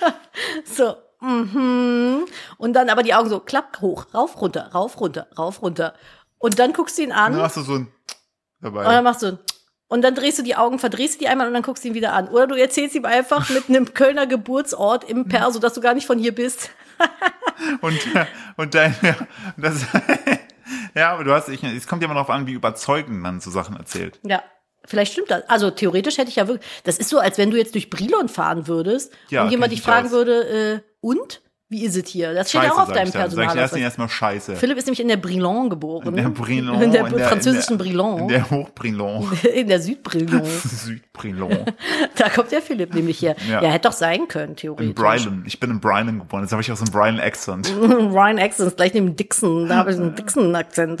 Speaker 3: so, mhm. Und dann aber die Augen so, klapp, hoch, rauf, runter, rauf, runter, rauf, runter. Und dann guckst du ihn an
Speaker 1: Dann machst du so ein dabei.
Speaker 3: und dann machst du und dann drehst du die Augen, verdrehst du die einmal und dann guckst du ihn wieder an. Oder du erzählst ihm einfach mit einem Kölner Geburtsort im Perso, dass du gar nicht von hier bist.
Speaker 1: Und, äh, und dein, ja, das, ja, aber du hast, ich, es kommt ja immer darauf an, wie überzeugend man so Sachen erzählt.
Speaker 3: Ja, vielleicht stimmt das. Also theoretisch hätte ich ja wirklich. Das ist so, als wenn du jetzt durch Brilon fahren würdest
Speaker 1: Ja,
Speaker 3: und jemand
Speaker 1: kenn ich
Speaker 3: dich fragen
Speaker 1: aus.
Speaker 3: würde, äh, und? Wie ist es hier? Das steht ja
Speaker 1: Scheiße,
Speaker 3: auch auf
Speaker 1: sag
Speaker 3: deinem
Speaker 1: ich dann. Sag ich erst
Speaker 3: Personalausweis.
Speaker 1: erstmal Scheiße.
Speaker 3: Philipp ist nämlich in der Brilon geboren.
Speaker 1: In der Brilon.
Speaker 3: In der
Speaker 1: in
Speaker 3: französischen Mhm.
Speaker 1: in der,
Speaker 3: Brilon.
Speaker 1: In der Hochbrilon.
Speaker 3: In der Südbrilon.
Speaker 1: Südbrilon.
Speaker 3: da kommt der Philipp nämlich her.
Speaker 1: Ja.
Speaker 3: Ja, hätte doch sein können,
Speaker 1: In
Speaker 3: theoretisch.
Speaker 1: Brylan. Ich bin in Brylan geboren. Jetzt habe ich auch so einen Brylan-Accent.
Speaker 3: Mhm. Ryan Accent, gleich neben Dixon. Da habe ich einen Dixon-Akzent.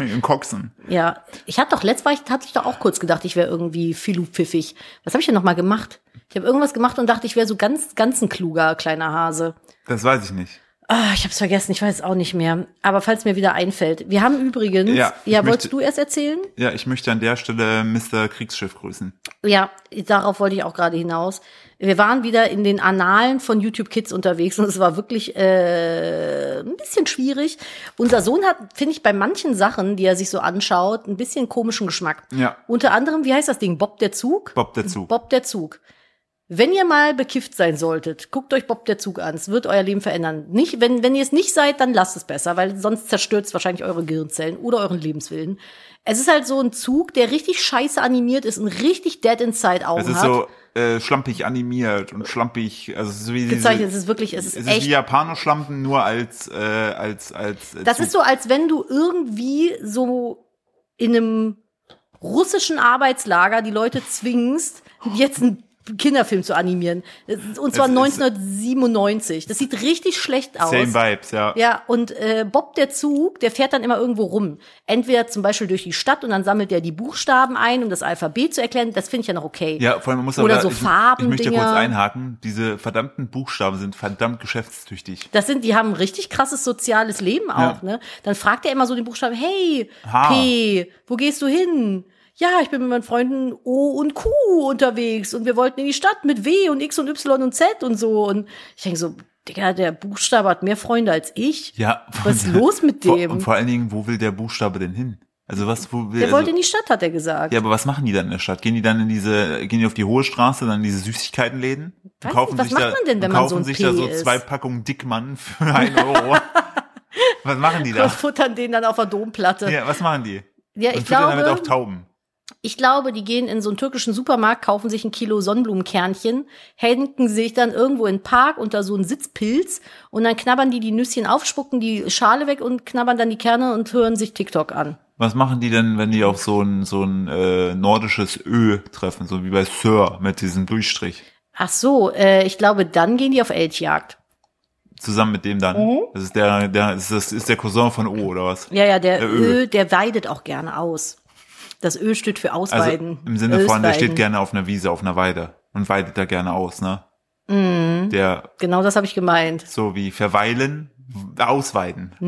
Speaker 1: In Coxen.
Speaker 3: Ja, ich hatte doch letzt war ich, hatte ich doch auch kurz gedacht, ich wäre irgendwie filupfiffig. Was habe ich denn noch mal gemacht? Ich habe irgendwas gemacht und dachte, ich wäre so ganz ganz ein kluger kleiner Hase.
Speaker 1: Das weiß ich nicht.
Speaker 3: Ah, ich habe es vergessen, ich weiß es auch nicht mehr. Aber falls mir wieder einfällt. Wir haben übrigens,
Speaker 1: Ja,
Speaker 3: ja,
Speaker 1: ich möchte-
Speaker 3: wolltest du erst erzählen?
Speaker 1: Ja, ich möchte an der Stelle Mr. Kriegsschiff grüßen.
Speaker 3: Ja, darauf wollte ich auch gerade hinaus. Wir waren wieder in den Annalen von YouTube Kids unterwegs und es war wirklich äh, ein bisschen schwierig. Unser Sohn hat, finde ich, bei manchen Sachen, die er sich so anschaut, ein bisschen komischen Geschmack.
Speaker 1: Ja.
Speaker 3: Unter anderem, wie heißt das Ding? Bob der Zug?
Speaker 1: Bob der Zug.
Speaker 3: Bob der Zug. Wenn ihr mal bekifft sein solltet, guckt euch Bob der Zug an. Es wird euer Leben verändern. Nicht, wenn, wenn ihr es nicht seid, dann lasst es besser, weil sonst zerstört es wahrscheinlich eure Gehirnzellen oder euren Lebenswillen. Es ist halt so ein Zug, der richtig scheiße animiert ist und richtig dead inside Augen
Speaker 1: Es ist
Speaker 3: hat.
Speaker 1: so äh, schlampig animiert und schlampig, also es ist wie diese,
Speaker 3: Gezeichnet, es ist wirklich, es ist
Speaker 1: es
Speaker 3: echt.
Speaker 1: ist wie Japanoschlampen, nur als, äh, als, als äh,
Speaker 3: das ist so, als wenn du irgendwie so in einem russischen Arbeitslager die Leute zwingst, jetzt einen Kinderfilm zu animieren. Und zwar
Speaker 1: Es ist-
Speaker 3: 1997. Das sieht richtig schlecht aus.
Speaker 1: Same Vibes, ja.
Speaker 3: Ja, und äh, Bob der Zug, der fährt dann immer irgendwo rum. Entweder zum Beispiel durch die Stadt und dann sammelt er die Buchstaben ein, um das Alphabet zu erklären. Das finde ich ja noch okay.
Speaker 1: Ja, vor allem man muss
Speaker 3: Oder
Speaker 1: aber,
Speaker 3: so
Speaker 1: ich,
Speaker 3: Farben-
Speaker 1: ich möchte
Speaker 3: Dinger.
Speaker 1: kurz einhaken, diese verdammten Buchstaben sind verdammt geschäftstüchtig.
Speaker 3: Das sind, die haben ein richtig krasses soziales Leben auch,
Speaker 1: Ja.
Speaker 3: ne? Dann fragt er immer so den Buchstaben, hey,
Speaker 1: H.
Speaker 3: P, wo gehst du hin? Ja, ich bin mit meinen Freunden O und Q unterwegs und wir wollten in die Stadt mit W und X und Y und Z und so. Und ich denke so, Digga, der Buchstabe hat mehr Freunde als ich.
Speaker 1: Ja.
Speaker 3: Was ist los mit
Speaker 1: Vor,
Speaker 3: dem?
Speaker 1: und vor allen Dingen, wo will der Buchstabe denn hin? Also was, wo will
Speaker 3: Der
Speaker 1: also,
Speaker 3: wollte in die Stadt, hat er gesagt.
Speaker 1: Ja, aber was machen die dann in der Stadt? Gehen die dann in diese, gehen die auf die hohe Straße, dann in diese Süßigkeitenläden? Und
Speaker 3: Weiß nicht, was macht
Speaker 1: da,
Speaker 3: man denn, wenn
Speaker 1: und
Speaker 3: man
Speaker 1: kaufen
Speaker 3: so ein
Speaker 1: sich
Speaker 3: P
Speaker 1: da so
Speaker 3: ist?
Speaker 1: zwei Packungen Dickmann für einen Euro. was machen die
Speaker 3: Und
Speaker 1: da?
Speaker 3: futtern den dann auf der Domplatte.
Speaker 1: Ja, was machen die?
Speaker 3: Ja,
Speaker 1: und
Speaker 3: ich
Speaker 1: füttern damit auch
Speaker 3: glaube,
Speaker 1: Tauben.
Speaker 3: ich glaube, die gehen in so einen türkischen Supermarkt, kaufen sich ein Kilo Sonnenblumenkernchen, hängen sich dann irgendwo in den Park unter so einen Sitzpilz und dann knabbern die die Nüsschen auf, spucken die Schale weg und knabbern dann die Kerne und hören sich TikTok an.
Speaker 1: Was machen die denn, wenn die auf so ein, so ein äh, nordisches Ö treffen, so wie bei Sir mit diesem Durchstrich?
Speaker 3: Ach so, äh, ich glaube, dann gehen die auf Elchjagd.
Speaker 1: Zusammen mit dem dann.
Speaker 3: Mhm.
Speaker 1: Das ist der, der, ist das ist der Cousin von O, oder was?
Speaker 3: Ja, ja, der
Speaker 1: Der Ö.
Speaker 3: Ö, der weidet auch gerne aus. Das Ö steht für
Speaker 1: Also
Speaker 3: Ausweiden.
Speaker 1: im Sinne von, der steht
Speaker 3: Ösweiden.
Speaker 1: gerne auf einer Wiese, auf einer Weide und weidet da gerne aus, ne? Der
Speaker 3: Genau das habe ich gemeint.
Speaker 1: so wie verweilen, ausweiden.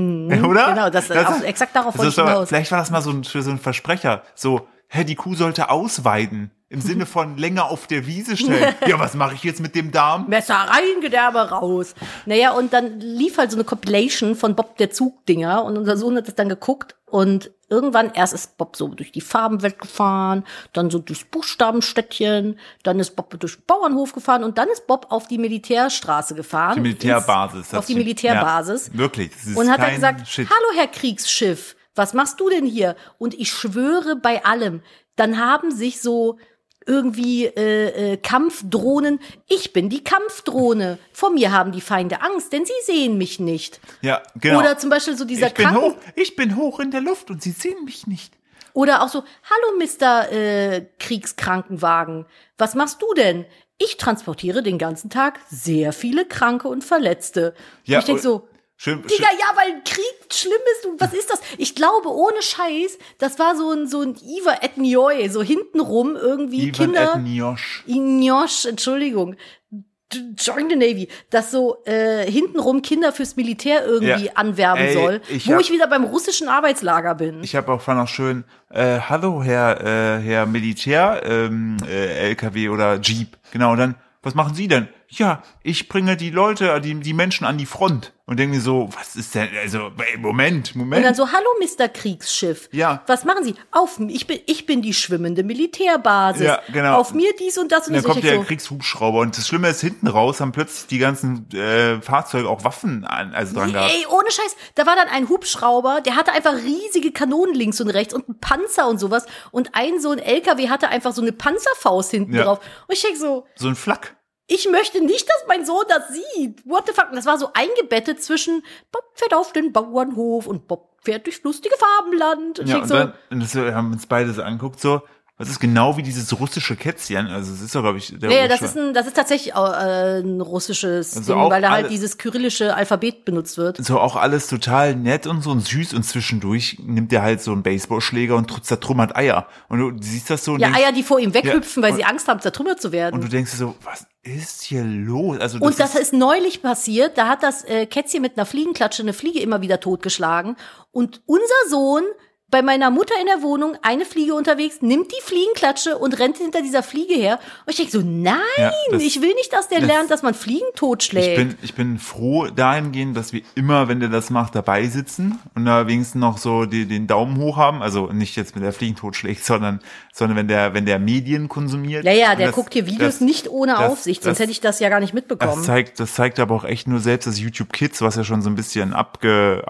Speaker 1: Oder?
Speaker 3: Genau, das, auch, exakt darauf
Speaker 1: das
Speaker 3: wollte
Speaker 1: ist
Speaker 3: ich
Speaker 1: aber,
Speaker 3: hinaus.
Speaker 1: vielleicht war das mal so ein, für so ein Versprecher. So, hä, die Kuh sollte ausweiden. Im Sinne von länger auf der Wiese stellen. ja, was mache ich jetzt mit dem Darm?
Speaker 3: Messer rein, Gedärme raus. Naja, und dann lief halt so eine Compilation von Bob der Zugdinger und unser Sohn hat das dann geguckt und irgendwann erst ist Bob so durch die Farbenwelt gefahren, dann so durchs Buchstabenstädtchen, dann ist Bob durch den Bauernhof gefahren und dann ist Bob auf die Militärstraße gefahren.
Speaker 1: Die Militärbasis.
Speaker 3: Ins,
Speaker 1: das
Speaker 3: auf die
Speaker 1: ist-
Speaker 3: Militärbasis.
Speaker 1: Ja, wirklich. Das ist
Speaker 3: Und hat
Speaker 1: kein
Speaker 3: dann gesagt,
Speaker 1: Shit.
Speaker 3: hallo Herr Kriegsschiff, was machst du denn hier? Und ich schwöre bei allem, dann haben sich so irgendwie äh, äh, Kampfdrohnen, ich bin die Kampfdrohne, vor mir haben die Feinde Angst, denn sie sehen mich nicht.
Speaker 1: Ja, genau.
Speaker 3: Oder zum Beispiel so dieser
Speaker 1: ich bin
Speaker 3: Kranken
Speaker 1: hoch, ich bin hoch in der Luft und sie sehen mich nicht.
Speaker 3: oder auch so, hallo Mr. Äh, Kriegskrankenwagen, was machst du denn? Ich transportiere den ganzen Tag sehr viele Kranke und Verletzte.
Speaker 1: Ja,
Speaker 3: und ich denk
Speaker 1: und-
Speaker 3: so,
Speaker 1: Schön, schön,
Speaker 3: Digga, ja, weil Krieg schlimm ist. Und was ist das? Ich glaube, ohne Scheiß, das war so ein, so ein Iva et Nioy, so hintenrum irgendwie
Speaker 1: Ivan
Speaker 3: Kinder.
Speaker 1: Etniosch.
Speaker 3: Ignosh, Entschuldigung. D- Join the Navy, dass so äh, hintenrum Kinder fürs Militär irgendwie
Speaker 1: Ja.
Speaker 3: anwerben
Speaker 1: Ey,
Speaker 3: soll,
Speaker 1: ich
Speaker 3: wo
Speaker 1: hab-
Speaker 3: ich wieder beim russischen Arbeitslager bin.
Speaker 1: Ich habe auch fand auch schön, äh, hallo Herr, äh, Herr Militär, ähm, äh, LKW oder Jeep. Genau, und dann, was machen Sie denn? Ja, ich bringe die Leute, äh, die, die Menschen an die Front. Und denke mir so, was ist denn, also, ey, Moment,
Speaker 3: Und
Speaker 1: Moment.
Speaker 3: dann so, hallo Mr. Kriegsschiff.
Speaker 1: Ja.
Speaker 3: Was machen Sie? Auf, ich bin, ich bin die schwimmende Militärbasis.
Speaker 1: Ja, genau.
Speaker 3: Auf mir dies und das
Speaker 1: Und
Speaker 3: und
Speaker 1: dann
Speaker 3: das. Und
Speaker 1: kommt
Speaker 3: ich
Speaker 1: der
Speaker 3: denk so,
Speaker 1: Kriegshubschrauber und das Schlimme ist, hinten raus haben plötzlich die ganzen äh, Fahrzeuge auch Waffen an, also dran gehabt.
Speaker 3: Ey, ohne Scheiß, da war dann ein Hubschrauber, der hatte einfach riesige Kanonen links und rechts und einen Panzer und sowas. Und ein so ein LKW hatte einfach so eine Panzerfaust hinten
Speaker 1: Ja.
Speaker 3: drauf. Und ich denk so,
Speaker 1: So ein Flak.
Speaker 3: ich möchte nicht, dass mein Sohn das sieht. What the fuck? Und Das war so eingebettet zwischen Bob fährt auf den Bauernhof und Bob fährt durchs lustige Farbenland. Und ich
Speaker 1: Ja,
Speaker 3: denk
Speaker 1: und
Speaker 3: so,
Speaker 1: dann, und das, wir haben uns beide so angeguckt, so, Was ist genau wie dieses russische Kätzchen? Also es ist doch, glaube ich, der
Speaker 3: Nee, das
Speaker 1: russische-
Speaker 3: ist, ein, das ist tatsächlich äh, ein russisches
Speaker 1: Also
Speaker 3: Ding,
Speaker 1: auch
Speaker 3: weil da
Speaker 1: alle- Also
Speaker 3: halt dieses kyrillische Alphabet benutzt wird.
Speaker 1: so auch alles total nett und so und süß und zwischendurch nimmt er halt so einen Baseballschläger und tr- zertrümmert Eier. Und du siehst das so und,
Speaker 3: Ja,
Speaker 1: denkst,
Speaker 3: Eier, die vor ihm weghüpfen,
Speaker 1: Ja,
Speaker 3: weil
Speaker 1: und-
Speaker 3: sie Angst haben, zertrümmert zu werden.
Speaker 1: und du denkst dir so, was ist hier los? Also das,
Speaker 3: Und das ist neulich passiert. Da hat das äh, Kätzchen mit einer Fliegenklatsche eine Fliege immer wieder totgeschlagen. Und unser Sohn bei meiner Mutter in der Wohnung, eine Fliege unterwegs, nimmt die Fliegenklatsche und rennt hinter dieser Fliege her. Und ich denke so, nein,
Speaker 1: Ja, das-
Speaker 3: ich will nicht, dass der
Speaker 1: das-
Speaker 3: lernt, dass man Fliegen totschlägt.
Speaker 1: ich bin, ich bin froh dahingehend, dass wir immer, wenn der das macht, dabei sitzen und da wenigstens noch so die, den Daumen hoch haben. Also nicht jetzt mit der Fliegentod schlägt, sondern, sondern wenn der, wenn der Medien konsumiert.
Speaker 3: naja,
Speaker 1: Und
Speaker 3: der
Speaker 1: das-
Speaker 3: guckt hier Videos
Speaker 1: das-
Speaker 3: nicht ohne
Speaker 1: das-
Speaker 3: Aufsicht,
Speaker 1: das-
Speaker 3: sonst hätte ich das ja gar nicht
Speaker 1: Das
Speaker 3: mitbekommen.
Speaker 1: zeigt, das zeigt aber auch echt nur selbst das YouTube Kids, was ja schon so ein bisschen abge,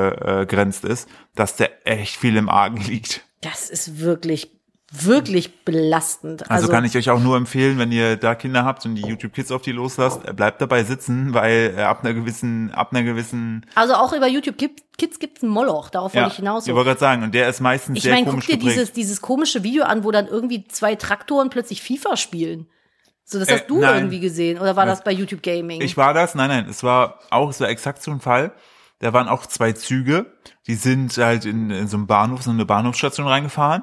Speaker 1: abgegrenzt ist, dass der echt viel im Argen liegt.
Speaker 3: Das ist wirklich, wirklich belastend.
Speaker 1: Also, kann ich euch auch nur empfehlen, wenn ihr da Kinder habt und die YouTube Kids auf die loslasst, äh, bleibt dabei sitzen, weil äh, ab einer gewissen, ab einer gewissen,
Speaker 3: also auch über YouTube Ki- Kids gibt's einen Moloch, darauf wollte ich hinaus.
Speaker 1: ich wollte gerade sagen, und der ist meistens
Speaker 3: Ich
Speaker 1: sehr
Speaker 3: meine, guck
Speaker 1: komisch
Speaker 3: dir
Speaker 1: geprägt.
Speaker 3: dieses, dieses komische Video an, wo dann irgendwie zwei Traktoren plötzlich FIFA spielen. So, das
Speaker 1: Äh,
Speaker 3: hast du
Speaker 1: nein.
Speaker 3: irgendwie gesehen. Oder war
Speaker 1: Das-
Speaker 3: das bei YouTube Gaming?
Speaker 1: Ich war das? Nein, nein, es war auch, es war exakt so ein Fall. Da waren auch zwei Züge, die sind halt in, in so einem Bahnhof, so eine Bahnhofsstation reingefahren.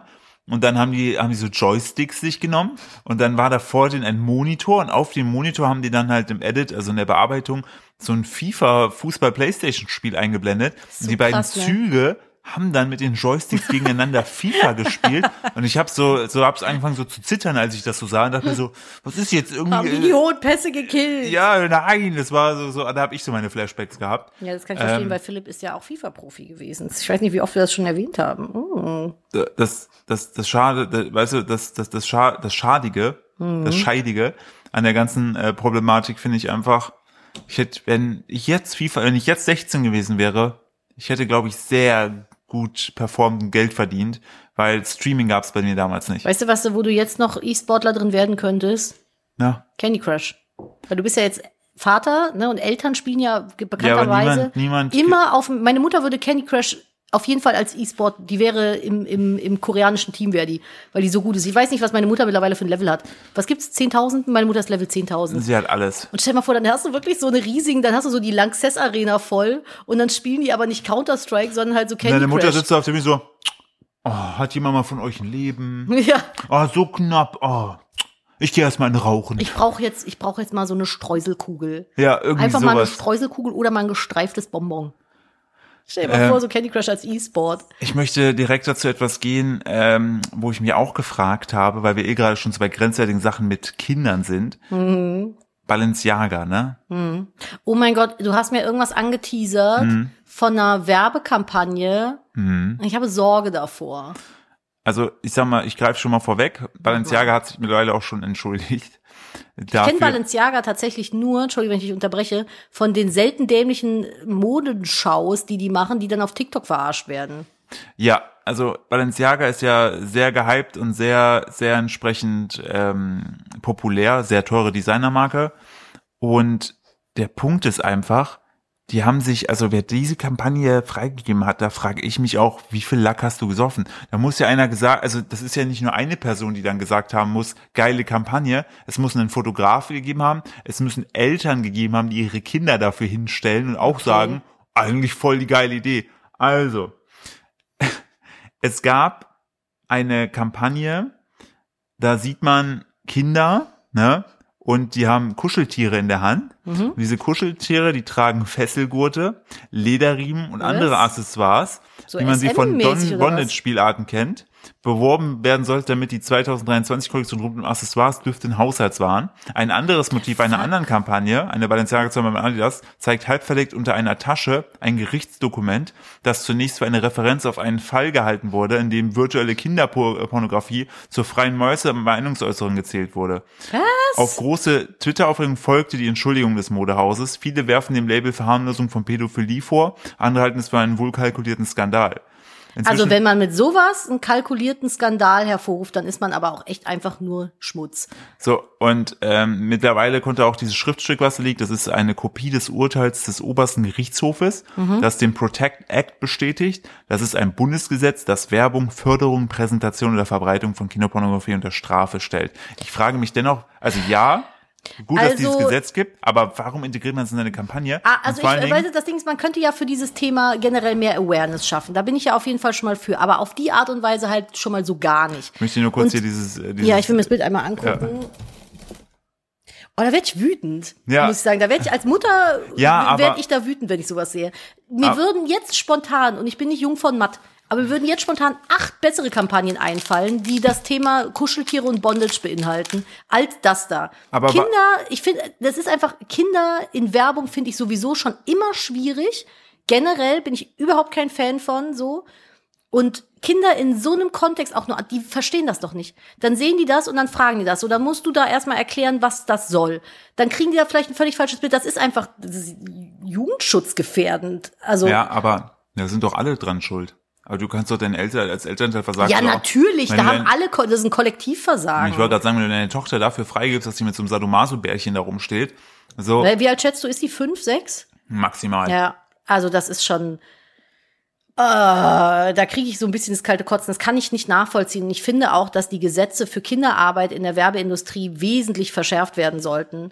Speaker 1: Und dann haben die, haben die so Joysticks sich genommen und dann war da vor denen ein Monitor und auf dem Monitor haben die dann halt im Edit, also in der Bearbeitung, so ein FIFA-Fußball-Playstation-Spiel eingeblendet. und die beiden
Speaker 3: krass, ne?
Speaker 1: Züge haben dann mit den Joysticks gegeneinander FIFA gespielt und ich habe so, so hab's angefangen so zu zittern, als ich das so sah und dachte mir so, was ist jetzt irgendwie
Speaker 3: Haben die die hohen Pässe gekillt?
Speaker 1: äh, ja, nein, das war so, so da habe ich so meine Flashbacks gehabt.
Speaker 3: Ja, das kann ich
Speaker 1: Ähm.
Speaker 3: verstehen, weil Philipp ist ja auch FIFA-Profi gewesen. Ich weiß nicht, wie oft wir das schon erwähnt haben. Mm.
Speaker 1: D- Das, das, das Schade, d- weißt du, das, das, das, Scha das Schadige,
Speaker 3: Mhm.
Speaker 1: das Scheidige an der ganzen äh, Problematik finde ich einfach, ich hätte, wenn ich jetzt FIFA, wenn ich jetzt 16 gewesen wäre, ich hätte, glaube ich, sehr gut performt und Geld verdient, weil Streaming gab es bei mir damals nicht.
Speaker 3: Weißt du, was, wo du jetzt noch E-Sportler drin werden könntest?
Speaker 1: Ja,
Speaker 3: Candy Crush. Weil du bist ja jetzt Vater, ne, und Eltern spielen ja
Speaker 1: ja
Speaker 3: ge-
Speaker 1: aber
Speaker 3: bekannterweise
Speaker 1: niemand, niemand
Speaker 3: immer auf, meine Mutter würde Candy Crush auf jeden Fall als E-Sport, die wäre im, im, im koreanischen Team wäre die, weil die so gut ist. Ich weiß nicht, was meine Mutter mittlerweile für ein Level hat. Was gibt's? 10.000? Meine Mutter ist Level 10.000.
Speaker 1: sie hat alles.
Speaker 3: Und stell mal vor, dann hast du wirklich so eine riesigen, dann hast du so die Lanxess Arena voll und dann spielen die aber nicht Counter-Strike, sondern halt so Candy
Speaker 1: Deine Mutter
Speaker 3: Crush.
Speaker 1: sitzt da auf dem Video so, oh, hat jemand mal von euch ein Leben?
Speaker 3: ja,
Speaker 1: Ah, so knapp. Oh. Ich gehe erstmal in Rauchen.
Speaker 3: ich brauche jetzt, ich brauche jetzt mal so eine Streuselkugel.
Speaker 1: ja, irgendwie
Speaker 3: Einfach mal eine
Speaker 1: sowas.
Speaker 3: Streuselkugel oder mal ein gestreiftes Bonbon. Stell dir mal
Speaker 1: Ähm,
Speaker 3: vor, so Candy Crush als E-Sport.
Speaker 1: Ich möchte direkt dazu etwas gehen, ähm, wo ich mir auch gefragt habe, weil wir eh gerade schon so bei grenzwertigen Sachen mit Kindern sind.
Speaker 3: Mhm.
Speaker 1: Balenciaga, ne?
Speaker 3: Oh mein Gott, du hast mir irgendwas angeteasert
Speaker 1: Mhm.
Speaker 3: von einer Werbekampagne. Ich habe Sorge davor.
Speaker 1: Also ich sag mal, ich greife schon mal vorweg. Balenciaga hat sich mittlerweile auch schon entschuldigt.
Speaker 3: Mhm. Ich
Speaker 1: Dafür,
Speaker 3: kenne Balenciaga tatsächlich nur, Entschuldigung, wenn ich dich unterbreche, von den selten dämlichen Modenschaus, die die machen, die dann auf TikTok verarscht werden.
Speaker 1: ja, also Balenciaga ist ja sehr gehypt und sehr, sehr entsprechend ähm, populär, sehr teure Designermarke. Und der Punkt ist einfach, die haben sich, also wer diese Kampagne freigegeben hat, da frage ich mich auch, wie viel Lack hast du gesoffen? Da muss ja einer gesagt, also das ist ja nicht nur eine Person, die dann gesagt haben muss, geile Kampagne. Es muss einen Fotograf gegeben haben, es müssen Eltern gegeben haben, die ihre Kinder dafür hinstellen und auch sagen, eigentlich voll die geile Idee. Also, es gab eine Kampagne, da sieht man Kinder, ne? Und die haben Kuscheltiere in der Hand. Und diese Kuscheltiere, die tragen Fesselgurte, Lederriemen und andere Accessoires,
Speaker 3: So
Speaker 1: wie man sie von
Speaker 3: SM-mäßig
Speaker 1: Don
Speaker 3: oder was?
Speaker 1: Bondage-Spielarten kennt. Beworben werden sollte, damit die 2023-Kollektion rund um Accessoires dürfte in Haushalts waren. Ein anderes Motiv einer anderen Kampagne, eine Balenciaga zum Beispiel Adidas, zeigt halbverlegt unter einer Tasche ein Gerichtsdokument, das zunächst für eine Referenz auf einen Fall gehalten wurde, in dem virtuelle Kinderpornografie zur freien Mäuse- Meinungsäußerung gezählt wurde. Auf große Twitter-Aufregung folgte die Entschuldigung des Modehauses. Viele werfen dem Label Verharmlosung von Pädophilie vor, andere halten es für einen wohlkalkulierten Skandal.
Speaker 3: Also wenn man mit sowas einen kalkulierten Skandal hervorruft, dann ist man aber auch echt einfach nur Schmutz.
Speaker 1: So, und ähm, mittlerweile konnte auch dieses Schriftstück, was da liegt, das ist eine Kopie des Urteils des obersten Gerichtshofes,
Speaker 3: Mhm.
Speaker 1: das den Protect Act bestätigt. Das ist ein Bundesgesetz, das Werbung, Förderung, Präsentation oder Verbreitung von Kinderpornografie unter Strafe stellt. Ich frage mich dennoch, also ja, gut, dass
Speaker 3: Also-
Speaker 1: dieses Gesetz gibt, aber warum integriert man es in seine Kampagne?
Speaker 3: Ah,
Speaker 1: Und
Speaker 3: also ich
Speaker 1: vor allen Dingen-
Speaker 3: weiß, das Ding ist, man könnte ja für dieses Thema generell mehr Awareness schaffen. Da bin ich ja auf jeden Fall schon mal für. Aber auf die Art und Weise halt schon mal so gar nicht.
Speaker 1: Ich möchte nur kurz
Speaker 3: Und-
Speaker 1: hier dieses, äh, dieses
Speaker 3: Ja, ich will mir das Bild einmal angucken. Oh, da werd ich wütend,
Speaker 1: Ja.
Speaker 3: muss ich sagen. Da werd ich als Mutter
Speaker 1: Ja,
Speaker 3: werd
Speaker 1: aber-
Speaker 3: ich da wütend, wenn ich sowas sehe. Mir
Speaker 1: Ab-
Speaker 3: würden jetzt spontan, und ich bin nicht jung von matt, aber mir würden jetzt spontan acht bessere Kampagnen einfallen, die das Thema Kuscheltiere und Bondage beinhalten, als das da.
Speaker 1: Aber wa-
Speaker 3: Kinder, ich finde, das ist einfach, Kinder in Werbung finde ich sowieso schon immer schwierig. Generell bin ich überhaupt kein Fan von, so. Und Kinder in so einem Kontext auch nur, die verstehen das doch nicht. Dann sehen die das und dann fragen die das. So, dann musst du da erstmal erklären, was das soll. Dann kriegen die da vielleicht ein völlig falsches Bild. Das ist einfach das ist jugendschutzgefährdend. Also,
Speaker 1: Ja, aber da sind doch alle dran schuld. Aber du kannst doch deinen Eltern als Elternteil versagen.
Speaker 3: ja
Speaker 1: oder also auch-
Speaker 3: natürlich,
Speaker 1: wenn
Speaker 3: da
Speaker 1: du
Speaker 3: haben
Speaker 1: dein-
Speaker 3: alle, Ko- das ist ein
Speaker 1: Ich
Speaker 3: Kollektivversagen.
Speaker 1: wollte gerade sagen, wenn du deine Tochter dafür freigibst, dass sie mit so einem Sadomaso-Bärchen da rumsteht, so
Speaker 3: Weil, Ne, Wie alt schätzt du, ist die fünf, sechs?
Speaker 1: maximal.
Speaker 3: Ja, also das ist schon. Äh, da kriege ich so ein bisschen das kalte Kotzen. Das kann ich nicht nachvollziehen. Und ich finde auch, dass die Gesetze für Kinderarbeit in der Werbeindustrie wesentlich verschärft werden sollten.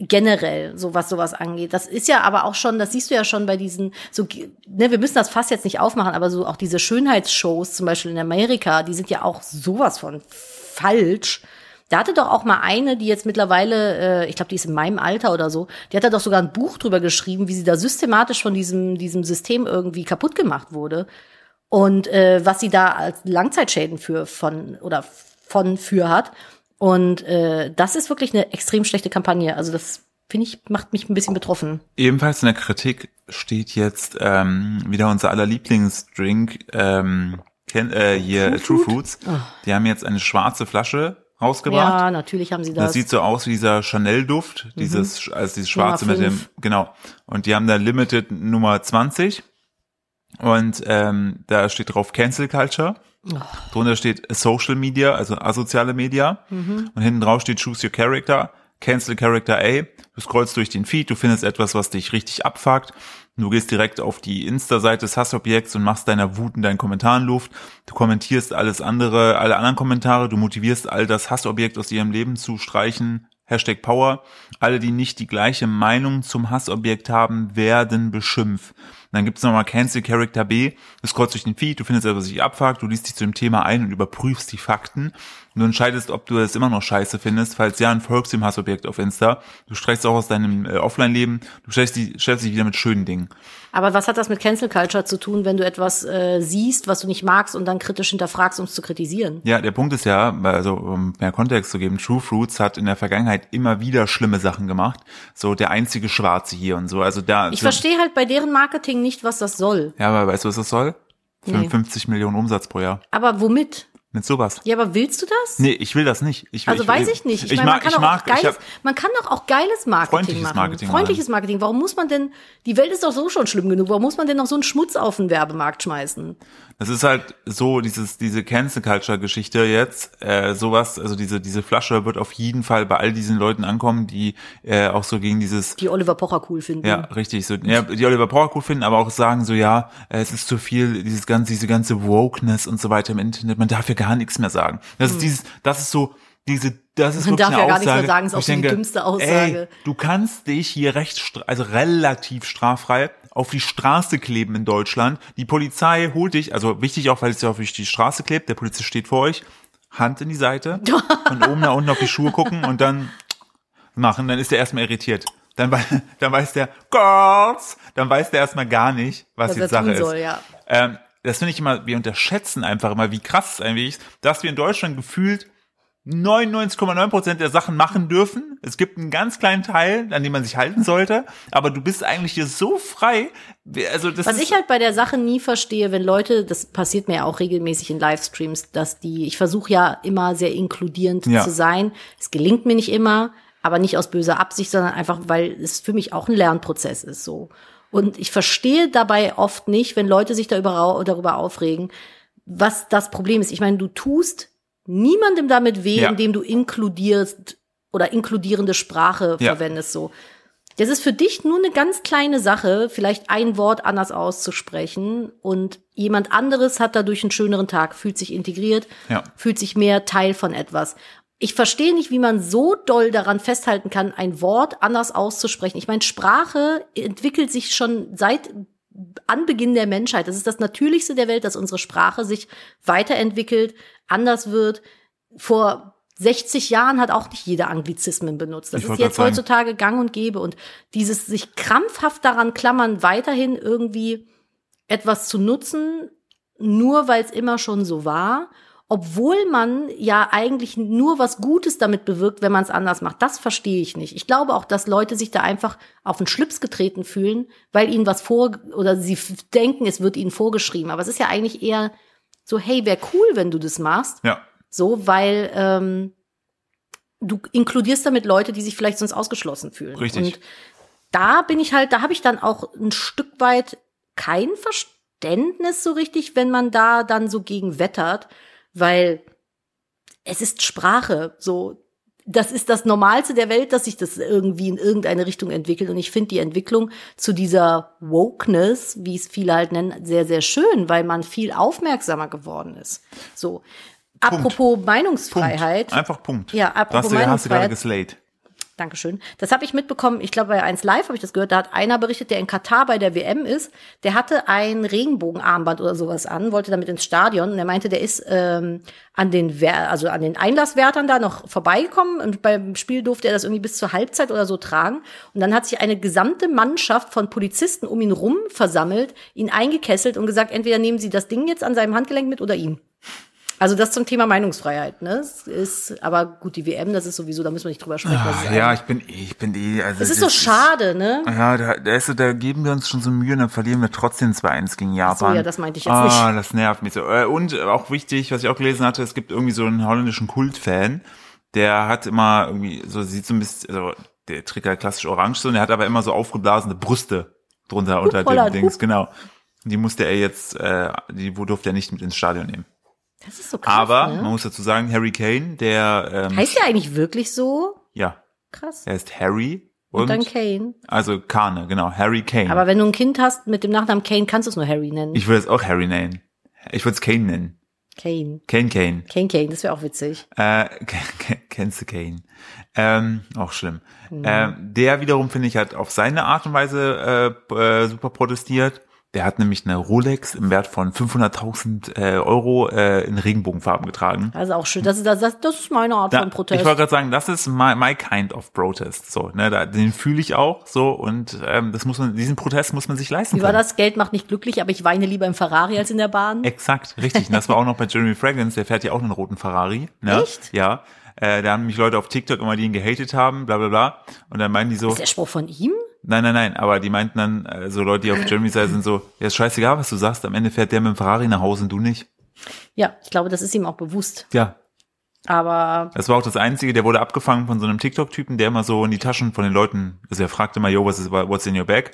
Speaker 3: Generell, so was sowas angeht. Das ist ja aber auch schon, das siehst du ja schon bei diesen, so, ge- ne, wir müssen das fast jetzt nicht aufmachen, aber so auch diese Schönheitsshows, zum Beispiel in Amerika, die sind ja auch sowas von falsch. Da hatte doch auch mal eine, die jetzt mittlerweile, äh, ich glaube, die ist in meinem Alter oder so, die hat da doch sogar ein Buch drüber geschrieben, wie sie da systematisch von diesem, diesem System irgendwie kaputt gemacht wurde. Und äh, was sie da als Langzeitschäden für von oder von für hat. Und äh, das ist wirklich eine extrem schlechte Kampagne. Also das finde ich, macht mich ein bisschen betroffen.
Speaker 1: Ebenfalls in der Kritik steht jetzt ähm, wieder unser aller Lieblingsdrink ähm, Ken, äh, hier True, Foods.
Speaker 3: Ah.
Speaker 1: Die haben jetzt eine schwarze Flasche rausgebracht.
Speaker 3: Ja, natürlich haben sie
Speaker 1: Das,
Speaker 3: das. Mhm.
Speaker 1: sieht so aus wie dieser Chanel-Duft, dieses, also dieses schwarze
Speaker 3: Nummer
Speaker 1: mit dem,
Speaker 3: fünf.
Speaker 1: genau. Und die haben da Limited Nummer 20. Und ähm, da steht drauf Cancel Culture. Drunter steht Social Media, also asoziale Media. Und hinten drauf steht Choose Your Character, Cancel Character A. Du scrollst durch den Feed, du findest etwas, was dich richtig abfuckt. Du gehst direkt auf die Insta-Seite des Hassobjekts und machst deiner Wut in deinen Kommentaren Luft. Du kommentierst alles andere, alle anderen Kommentare. Du motivierst all das Hassobjekt aus ihrem Leben zu streichen. Hashtag Power. Alle, die nicht die gleiche Meinung zum Hassobjekt haben, werden beschimpft. Und dann gibt's nochmal Cancel Character B. Du scrollst durch den Feed, du findest etwas, was dich abfuckt, du liest dich zu dem Thema ein und überprüfst die Fakten. Und du entscheidest, ob du es immer noch scheiße findest. Falls ja, dann folgst dem Hassobjekt auf Insta. Du streichst auch aus deinem äh, Offline-Leben. Du stellst dich, stellst dich wieder mit schönen Dingen.
Speaker 3: Aber was hat das mit Cancel Culture zu tun, wenn du etwas äh, siehst, was du nicht magst und dann kritisch hinterfragst, um es zu kritisieren?
Speaker 1: Ja, der Punkt ist ja, also um mehr Kontext zu geben, True Fruits hat in der Vergangenheit immer wieder schlimme Sachen gemacht. So der einzige Schwarze hier und so. Also da.
Speaker 3: Ich verstehe halt bei deren Marketing nicht, was das soll.
Speaker 1: Ja, aber weißt du, was das soll?
Speaker 3: Nee.
Speaker 1: 55 Millionen Umsatz pro Jahr.
Speaker 3: Aber womit?
Speaker 1: Mit sowas.
Speaker 3: Ja, aber willst du das?
Speaker 1: Nee, ich will das nicht. Ich, will-
Speaker 3: Also
Speaker 1: ich,
Speaker 3: weiß ich nicht. Ich, meine, man, kann doch auch
Speaker 1: ich
Speaker 3: geiles,
Speaker 1: hab,
Speaker 3: man kann doch auch geiles Marketing
Speaker 1: Freundliches
Speaker 3: machen.
Speaker 1: Marketing
Speaker 3: freundliches Marketing. Warum muss man denn, die Welt ist doch so schon schlimm genug, warum muss man denn noch so einen Schmutz auf den Werbemarkt schmeißen?
Speaker 1: das ist halt so, dieses, diese Cancel Culture Geschichte jetzt, äh, sowas, also diese, diese Flasche wird auf jeden Fall bei all diesen Leuten ankommen, die äh, auch so gegen dieses
Speaker 3: Die Oliver Pocher cool finden.
Speaker 1: Ja, richtig. So, ja, die Oliver Pocher gut finden, aber auch sagen so, ja, äh, es ist zu viel, dieses ganze, diese ganze Wokeness und so weiter im Internet. Man darf ja gar nichts mehr sagen. Das ist dieses, das ist so, diese, das ist
Speaker 3: Mhm. Man
Speaker 1: wirklich
Speaker 3: darf
Speaker 1: eine
Speaker 3: ja gar
Speaker 1: Aussage,
Speaker 3: nichts mehr sagen, ist
Speaker 1: wo
Speaker 3: auch
Speaker 1: ich
Speaker 3: so die
Speaker 1: denke,
Speaker 3: dümmste Aussage.
Speaker 1: Ey, du kannst dich hier recht, stra- also relativ straffrei auf die Straße kleben in Deutschland. Die Polizei holt dich, also wichtig auch, weil es ja auf euch die Straße klebt, der Polizist steht vor euch, Hand in die Seite, von oben nach unten auf die Schuhe gucken und dann machen, dann ist er erstmal irritiert. Dann, wei- dann weiß der, Girls, dann weiß der erstmal gar nicht, was,
Speaker 3: Was er
Speaker 1: jetzt Sache
Speaker 3: tun
Speaker 1: ist.
Speaker 3: soll, ja.
Speaker 1: Ähm, das finde ich immer, wir unterschätzen einfach immer, wie krass es eigentlich ist, dass wir in Deutschland gefühlt 99,9% der Sachen machen dürfen. Es gibt einen ganz kleinen Teil, an dem man sich halten sollte, aber du bist eigentlich hier so frei. Also das
Speaker 3: Was
Speaker 1: ist,
Speaker 3: ich halt bei der Sache nie verstehe, wenn Leute, das passiert mir ja auch regelmäßig in Livestreams, dass die, ich versuche ja immer sehr inkludierend
Speaker 1: Ja.
Speaker 3: zu sein. Es gelingt mir nicht immer, aber nicht aus böser Absicht, sondern einfach, weil es für mich auch ein Lernprozess ist so. Und ich verstehe dabei oft nicht, wenn Leute sich darüber, darüber aufregen, was das Problem ist. Ich meine, du tust niemandem damit weh,
Speaker 1: Ja.
Speaker 3: indem du inkludierst oder inkludierende Sprache
Speaker 1: Ja.
Speaker 3: verwendest so. Das ist für dich nur eine ganz kleine Sache, vielleicht ein Wort anders auszusprechen und jemand anderes hat dadurch einen schöneren Tag, fühlt sich integriert,
Speaker 1: Ja.
Speaker 3: fühlt sich mehr Teil von etwas. Ich verstehe nicht, wie man so doll daran festhalten kann, ein Wort anders auszusprechen. Ich meine, Sprache entwickelt sich schon seit Anbeginn der Menschheit. Das ist das Natürlichste der Welt, dass unsere Sprache sich weiterentwickelt, anders wird. Vor 60 Jahren hat auch nicht jeder Anglizismen benutzt. Das
Speaker 1: Ich
Speaker 3: ist
Speaker 1: wollte
Speaker 3: jetzt
Speaker 1: grad sagen.
Speaker 3: heutzutage gang und gäbe. Und dieses sich krampfhaft daran klammern, weiterhin irgendwie etwas zu nutzen, nur weil es immer schon so war, obwohl man ja eigentlich nur was Gutes damit bewirkt, wenn man es anders macht. Das verstehe ich nicht. Ich glaube auch, dass Leute sich da einfach auf den Schlips getreten fühlen, weil ihnen was vor oder sie f- denken, es wird ihnen vorgeschrieben. Aber es ist ja eigentlich eher so, hey, wäre cool, wenn du das machst.
Speaker 1: Ja.
Speaker 3: So, weil ähm, du inkludierst damit Leute, die sich vielleicht sonst ausgeschlossen fühlen.
Speaker 1: Richtig.
Speaker 3: Und da bin ich halt, da habe ich dann auch ein Stück weit kein Verständnis so richtig, wenn man da dann so gegen wettert, weil es ist Sprache, so. Das ist das Normalste der Welt, dass sich das irgendwie in irgendeine Richtung entwickelt. Und ich finde die Entwicklung zu dieser Wokeness, wie es viele halt nennen, sehr, sehr schön, weil man viel aufmerksamer geworden ist. So.
Speaker 1: Punkt.
Speaker 3: Apropos
Speaker 1: Punkt.
Speaker 3: Meinungsfreiheit.
Speaker 1: Einfach Punkt.
Speaker 3: Ja, apropos
Speaker 1: hast du, hast du gerade
Speaker 3: Meinungsfreiheit.
Speaker 1: geslayed.
Speaker 3: Dankeschön. Das habe ich mitbekommen, ich glaube bei 1 Live habe ich das gehört, da hat einer berichtet, der in Katar bei der WM ist, der hatte ein Regenbogenarmband oder sowas an, wollte damit ins Stadion und er meinte, der ist ähm, an den Wer also an den Einlasswärtern da noch vorbeigekommen und beim Spiel durfte er das irgendwie bis zur Halbzeit oder so tragen und dann hat sich eine gesamte Mannschaft von Polizisten um ihn rum versammelt, ihn eingekesselt und gesagt, entweder nehmen Sie das Ding jetzt an seinem Handgelenk mit oder ihn. Also das zum Thema Meinungsfreiheit, ne? Es ist aber gut die WM, das ist sowieso, da müssen wir nicht drüber sprechen. das ist
Speaker 1: Ach, ja, ich bin eh, ich bin eh. Also
Speaker 3: es ist so schade, ne?
Speaker 1: Ja, da, da, ist, so- da geben wir uns schon so Mühe und dann verlieren wir trotzdem 2-1 gegen Japan.
Speaker 3: ja, das meinte ich jetzt
Speaker 1: ah,
Speaker 3: nicht.
Speaker 1: das nervt mich so. Äh, Und äh, auch wichtig, was ich auch gelesen hatte, es gibt irgendwie so einen holländischen Kultfan, der hat immer irgendwie, so sieht so ein bisschen, also der trägt ja klassisch orange so und der hat aber immer so aufgeblasene Brüste drunter unter dem
Speaker 3: Holland,
Speaker 1: Dings,
Speaker 3: hup.
Speaker 1: genau. Die musste er jetzt, äh, die wo durfte er nicht mit ins Stadion nehmen.
Speaker 3: Das ist so krass.
Speaker 1: Aber man
Speaker 3: ne?
Speaker 1: muss dazu sagen, Harry Kane, der, ähm,
Speaker 3: heißt ja eigentlich wirklich so
Speaker 1: ja,
Speaker 3: krass.
Speaker 1: er ist Harry
Speaker 3: und,
Speaker 1: und,
Speaker 3: dann Kane.
Speaker 1: also Kane, genau, Harry Kane.
Speaker 3: Aber wenn du ein Kind hast mit dem Nachnamen Kane, kannst du es nur Harry nennen.
Speaker 1: Ich würde es auch Harry nennen. Ich würde es Kane nennen.
Speaker 3: Kane.
Speaker 1: Kane Kane.
Speaker 3: Kane, Kane, das wäre auch witzig.
Speaker 1: Äh, K- K- kennst du Kane? Ähm, auch schlimm.
Speaker 3: Mhm.
Speaker 1: Ähm, der wiederum, finde ich, hat auf seine Art und Weise äh, äh, super protestiert. Der hat nämlich eine Rolex im Wert von 500.000 äh, Euro äh, in Regenbogenfarben getragen.
Speaker 3: Also auch schön. Das ist, das, das, das ist meine Art
Speaker 1: Da,
Speaker 3: von
Speaker 1: ich
Speaker 3: Protest.
Speaker 1: wollte gerade sagen, das ist my, my kind of protest. So, ne, da, den fühle ich auch so und ähm, das muss man, diesen Protest muss man sich leisten
Speaker 3: Wie war
Speaker 1: können.
Speaker 3: das? Geld macht nicht glücklich, aber ich weine lieber im Ferrari als in der Bahn.
Speaker 1: Exakt, richtig. Und das war auch noch bei Jeremy Fragrance, der fährt ja auch einen roten Ferrari. Ne?
Speaker 3: Echt?
Speaker 1: Ja. Äh, da haben mich Leute auf TikTok immer, die ihn gehatet haben, bla bla bla. Und dann meinten die so,
Speaker 3: Ist der Spruch von ihm?
Speaker 1: nein, nein, nein, aber die meinten dann, äh, so Leute, die auf Jeremy's Seite sind, so, ja, ist scheißegal, was du sagst, am Ende fährt der mit dem Ferrari nach Hause und du nicht.
Speaker 3: Ja, ich glaube, das ist ihm auch bewusst.
Speaker 1: Ja.
Speaker 3: Aber
Speaker 1: Das war auch das Einzige, der wurde abgefangen von so einem TikTok-Typen, der immer so in die Taschen von den Leuten, also er fragte immer, yo, was ist, what's in your bag?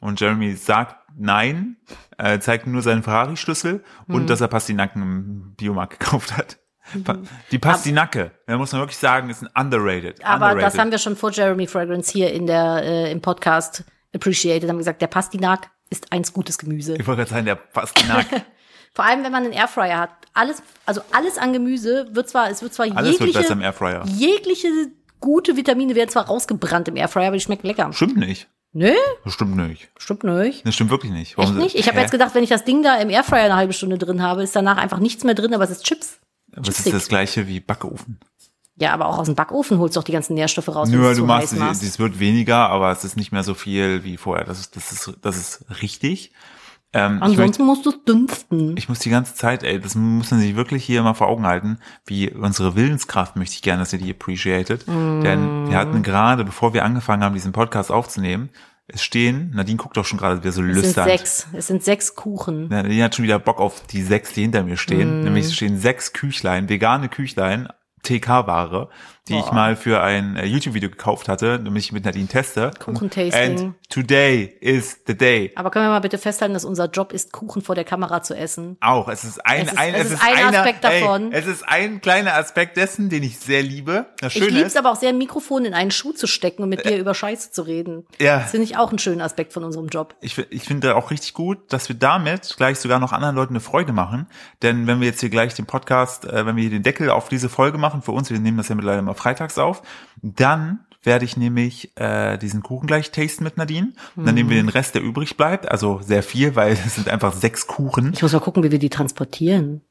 Speaker 1: Und Jeremy sagt nein, äh, zeigt nur seinen Ferrari-Schlüssel
Speaker 3: Mhm.
Speaker 1: und dass er Pastinaken im Biomarkt gekauft hat. Pa- Die Pastinacke, da muss man wirklich sagen, ist ein underrated.
Speaker 3: Aber
Speaker 1: underrated.
Speaker 3: das haben wir schon vor Jeremy Fragrance hier in der, äh, im Podcast appreciated, haben gesagt, der Pastinak ist eins gutes Gemüse.
Speaker 1: ich wollte gerade sagen, der Pastinak.
Speaker 3: Vor allem, wenn man einen Airfryer hat. Alles, also alles an Gemüse wird zwar, es wird zwar
Speaker 1: Alles wird
Speaker 3: jegliche,
Speaker 1: besser im Airfryer.
Speaker 3: jegliche gute Vitamine werden zwar rausgebrannt im Airfryer, aber die schmecken lecker.
Speaker 1: Stimmt nicht.
Speaker 3: Nö,
Speaker 1: Das stimmt nicht.
Speaker 3: stimmt nicht.
Speaker 1: Das stimmt wirklich nicht.
Speaker 3: Echt
Speaker 1: Warum-
Speaker 3: nicht? Ich habe
Speaker 1: Hä?
Speaker 3: jetzt gedacht, wenn ich das Ding da im Airfryer eine halbe Stunde drin habe, ist danach einfach nichts mehr drin, aber es ist Chips.
Speaker 1: Was ist
Speaker 3: Chipsig.
Speaker 1: das gleiche wie Backofen?
Speaker 3: Ja, aber auch aus dem Backofen holst du doch die ganzen Nährstoffe raus. wenn
Speaker 1: Nö,
Speaker 3: es
Speaker 1: du
Speaker 3: zu
Speaker 1: machst,
Speaker 3: heiß
Speaker 1: es es wird weniger, aber es ist nicht mehr so viel wie vorher. Das ist, das ist, das ist richtig. Ähm, ich, möchte,
Speaker 3: Ansonsten musst du es dünsten.
Speaker 1: ich muss die ganze Zeit, ey, das muss man sich wirklich hier mal vor Augen halten, wie unsere Willenskraft möchte ich gerne, dass ihr die appreciated. Denn wir
Speaker 3: Mm.
Speaker 1: hatten gerade, bevor wir angefangen haben, diesen Podcast aufzunehmen, es stehen, Nadine guckt doch schon gerade wieder so
Speaker 3: Es sind
Speaker 1: lüstern.
Speaker 3: sechs. Es sind sechs Kuchen.
Speaker 1: Nadine hat schon wieder Bock auf die
Speaker 3: Mhm.
Speaker 1: sechs, die hinter mir stehen. Nämlich es stehen sechs Küchlein, vegane Küchlein, TK-Ware. die ich mal für ein äh, YouTube-Video gekauft hatte, nämlich ich mit Nadine teste.
Speaker 3: Kuchentasting.
Speaker 1: And today is the day.
Speaker 3: Aber können wir mal bitte festhalten, dass unser Job ist, Kuchen vor der Kamera zu essen?
Speaker 1: Auch, es ist ein,
Speaker 3: Es ist-
Speaker 1: ein,
Speaker 3: es ist ein
Speaker 1: einer,
Speaker 3: Aspekt
Speaker 1: ey,
Speaker 3: davon.
Speaker 1: Es ist ein kleiner Aspekt dessen, den ich sehr liebe. Das
Speaker 3: Ich
Speaker 1: Schöne
Speaker 3: lieb's
Speaker 1: ist,
Speaker 3: aber auch sehr, ein Mikrofon in einen Schuh zu stecken und mit dir über Scheiße zu reden.
Speaker 1: Ja.
Speaker 3: Das finde ich auch einen schönen Aspekt von unserem Job.
Speaker 1: ich, fi- ich finde auch richtig gut, dass wir damit gleich sogar noch anderen Leuten eine Freude machen. Denn wenn wir jetzt hier gleich den Podcast, äh, wenn wir hier den Deckel auf diese Folge machen, für uns, wir nehmen das ja mittlerweile immer freitags auf, dann werde ich nämlich äh, diesen Kuchen gleich tasten mit Nadine. Und dann nehmen wir den Rest, der übrig bleibt, also sehr viel, weil es sind einfach sechs Kuchen
Speaker 3: Ich muss mal gucken, wie wir die transportieren.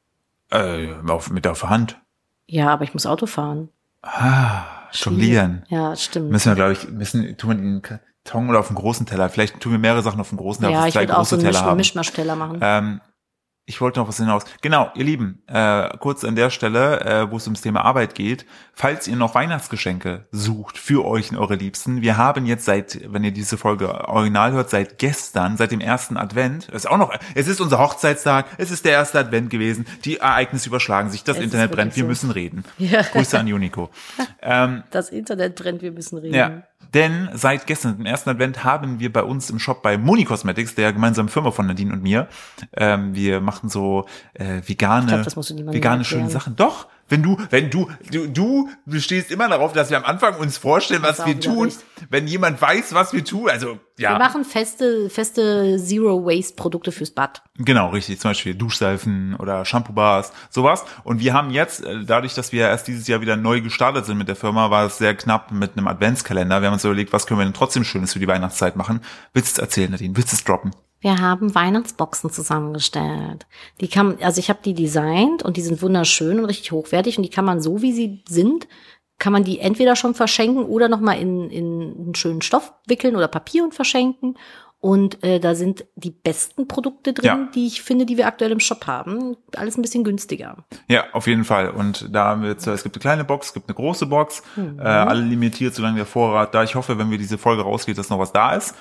Speaker 1: äh, auf, mit auf der Hand.
Speaker 3: Ja, aber ich muss Auto fahren.
Speaker 1: Ah, Jonglieren.
Speaker 3: Ja, stimmt.
Speaker 1: Müssen wir, glaube ich, müssen, tun wir den Karton oder auf den großen Teller. Vielleicht tun wir mehrere Sachen auf den großen Teller,
Speaker 3: ja,
Speaker 1: dass wir
Speaker 3: ich
Speaker 1: zwei
Speaker 3: würde auch so
Speaker 1: große
Speaker 3: einen
Speaker 1: Teller
Speaker 3: Misch
Speaker 1: haben.
Speaker 3: Mischmaschteller machen.
Speaker 1: Ähm, ich wollte noch was hinaus. Genau, ihr Lieben, äh, kurz an der Stelle, äh, wo es ums Thema Arbeit geht, falls ihr noch Weihnachtsgeschenke sucht für euch und eure Liebsten, wir haben jetzt seit, wenn ihr diese Folge original hört, seit gestern, seit dem ersten Advent, ist auch noch, es ist unser Hochzeitstag, es ist der erste Advent gewesen, die Ereignisse überschlagen sich, das
Speaker 3: Es ist
Speaker 1: Internet
Speaker 3: wirklich
Speaker 1: brennt, wir
Speaker 3: so.
Speaker 1: müssen reden.
Speaker 3: Ja.
Speaker 1: Grüße an Unico. ähm,
Speaker 3: Das Internet brennt, wir müssen reden.
Speaker 1: ja. Denn seit gestern, dem ersten Advent, haben wir bei uns im Shop bei Moni Cosmetics, der gemeinsamen Firma von Nadine und mir, ähm, wir machen so äh, vegane,
Speaker 3: glaub, das musst du niemandem
Speaker 1: vegane
Speaker 3: erklären.
Speaker 1: schöne Sachen. Doch, wenn du, wenn du, du, du bestehst immer darauf, dass wir am Anfang uns vorstellen, was
Speaker 3: auch
Speaker 1: wir
Speaker 3: wieder
Speaker 1: tun.
Speaker 3: recht.
Speaker 1: Wenn jemand weiß, was wir tun, also
Speaker 3: Wir
Speaker 1: ja,
Speaker 3: machen feste, feste Zero-Waste-Produkte fürs Bad.
Speaker 1: genau, richtig. Zum Beispiel Duschseifen oder Shampoo-Bars, sowas. Und wir haben jetzt, äh, dadurch, dass wir erst dieses Jahr wieder neu gestartet sind mit der Firma, war es sehr knapp mit einem Adventskalender. Wir haben uns überlegt, was können wir denn trotzdem Schönes für die Weihnachtszeit machen. Willst du es erzählen, Nadine? Willst du es droppen?
Speaker 3: Wir haben Weihnachtsboxen zusammengestellt. Die kann, also ich habe die designt und die sind wunderschön und richtig hochwertig und die kann man so, wie sie sind, kann man die entweder schon verschenken oder nochmal in, in einen schönen Stoff wickeln oder Papier und verschenken. Und äh, da sind die besten Produkte drin,
Speaker 1: Ja.
Speaker 3: die ich finde, die wir aktuell im Shop haben. Alles ein bisschen günstiger.
Speaker 1: Ja, auf jeden Fall. Und da haben wir jetzt, es gibt eine kleine Box, es gibt eine große Box,
Speaker 3: Mhm.
Speaker 1: äh, alle limitiert, solange der Vorrat da. Ich hoffe, wenn wir diese Folge rausgeht, dass noch was da ist.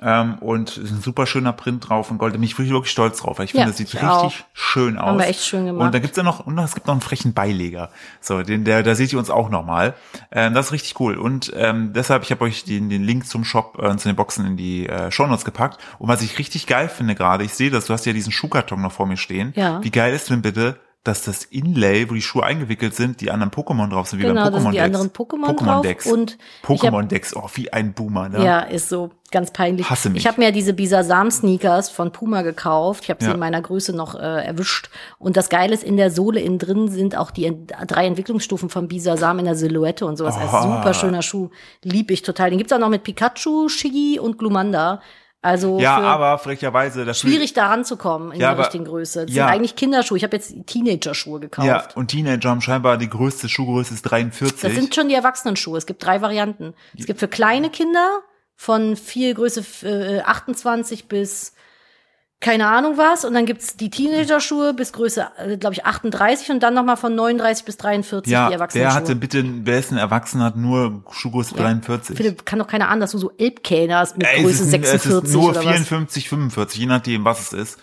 Speaker 1: Ähm, und es ist ein super schöner Print drauf und Gold. Da bin ich wirklich, wirklich stolz drauf. weil Ich
Speaker 3: Ja,
Speaker 1: finde, das sieht
Speaker 3: ich
Speaker 1: richtig
Speaker 3: auch.
Speaker 1: schön aus.
Speaker 3: Haben wir echt schön gemacht.
Speaker 1: Und dann gibt's ja noch, und noch- es gibt noch einen frechen Beileger. So, den, der, da seht ihr uns auch nochmal. Ähm, das ist richtig cool. Und ähm, deshalb, ich habe euch den, den Link zum Shop, äh, zu den Boxen in die äh, Shownotes gepackt. Und was ich richtig geil finde gerade, ich sehe das, du hast ja diesen Schuhkarton noch vor mir stehen.
Speaker 3: Ja.
Speaker 1: Wie geil ist denn bitte, dass das Inlay, wo die Schuhe eingewickelt sind, die anderen Pokémon drauf sind, wie
Speaker 3: Genau,
Speaker 1: beim
Speaker 3: da sind
Speaker 1: Pokémon-Dex.
Speaker 3: die anderen Pokémon drauf
Speaker 1: Pokémon-Decks.
Speaker 3: und ich hab-
Speaker 1: Pokémon-Decks, oh, wie ein Boomer, ne?
Speaker 3: Ja, ist so ganz peinlich.
Speaker 1: Hasse mich.
Speaker 3: Ich habe mir diese Bisasam-Sneakers von Puma gekauft. Ich habe sie
Speaker 1: Ja.
Speaker 3: in meiner Größe noch äh, erwischt. Und das Geile ist, in der Sohle innen drin sind auch die Ent drei Entwicklungsstufen von Bisasam in der Silhouette und sowas. Also
Speaker 1: Oha.
Speaker 3: super schöner Schuh. Lieb ich total. Den gibt's auch noch mit Pikachu, Shiggy und Glumanda. Also
Speaker 1: Ja,
Speaker 3: für
Speaker 1: aber frecherweise, das Spiel-
Speaker 3: schwierig da ranzukommen in
Speaker 1: Ja,
Speaker 3: der
Speaker 1: aber-
Speaker 3: richtigen Größe. Das
Speaker 1: ja.
Speaker 3: sind eigentlich Kinderschuhe. Ich habe jetzt Teenager-Schuhe gekauft.
Speaker 1: Ja, und Teenager haben scheinbar die größte Schuhgröße ist 43.
Speaker 3: Das sind schon die Erwachsenenschuhe. Es gibt drei Varianten. Es gibt für kleine Kinder von viel Größe äh, 28 bis keine Ahnung was. Und dann gibt's die Teenager-Schuhe bis Größe, glaube ich, 38 und dann nochmal von 39 bis 43 die
Speaker 1: ja, wer
Speaker 3: Erwachsenenschuhe.
Speaker 1: hatte bitte, wer ist ein Erwachsener, hat nur Schuhgröße 43?
Speaker 3: Philipp, kann doch keiner an, dass du so Elbkähne hast mit
Speaker 1: Ey,
Speaker 3: Größe
Speaker 1: es ist, es
Speaker 3: 46
Speaker 1: ist nur
Speaker 3: oder was.
Speaker 1: 54, 45, je nachdem, was es ist.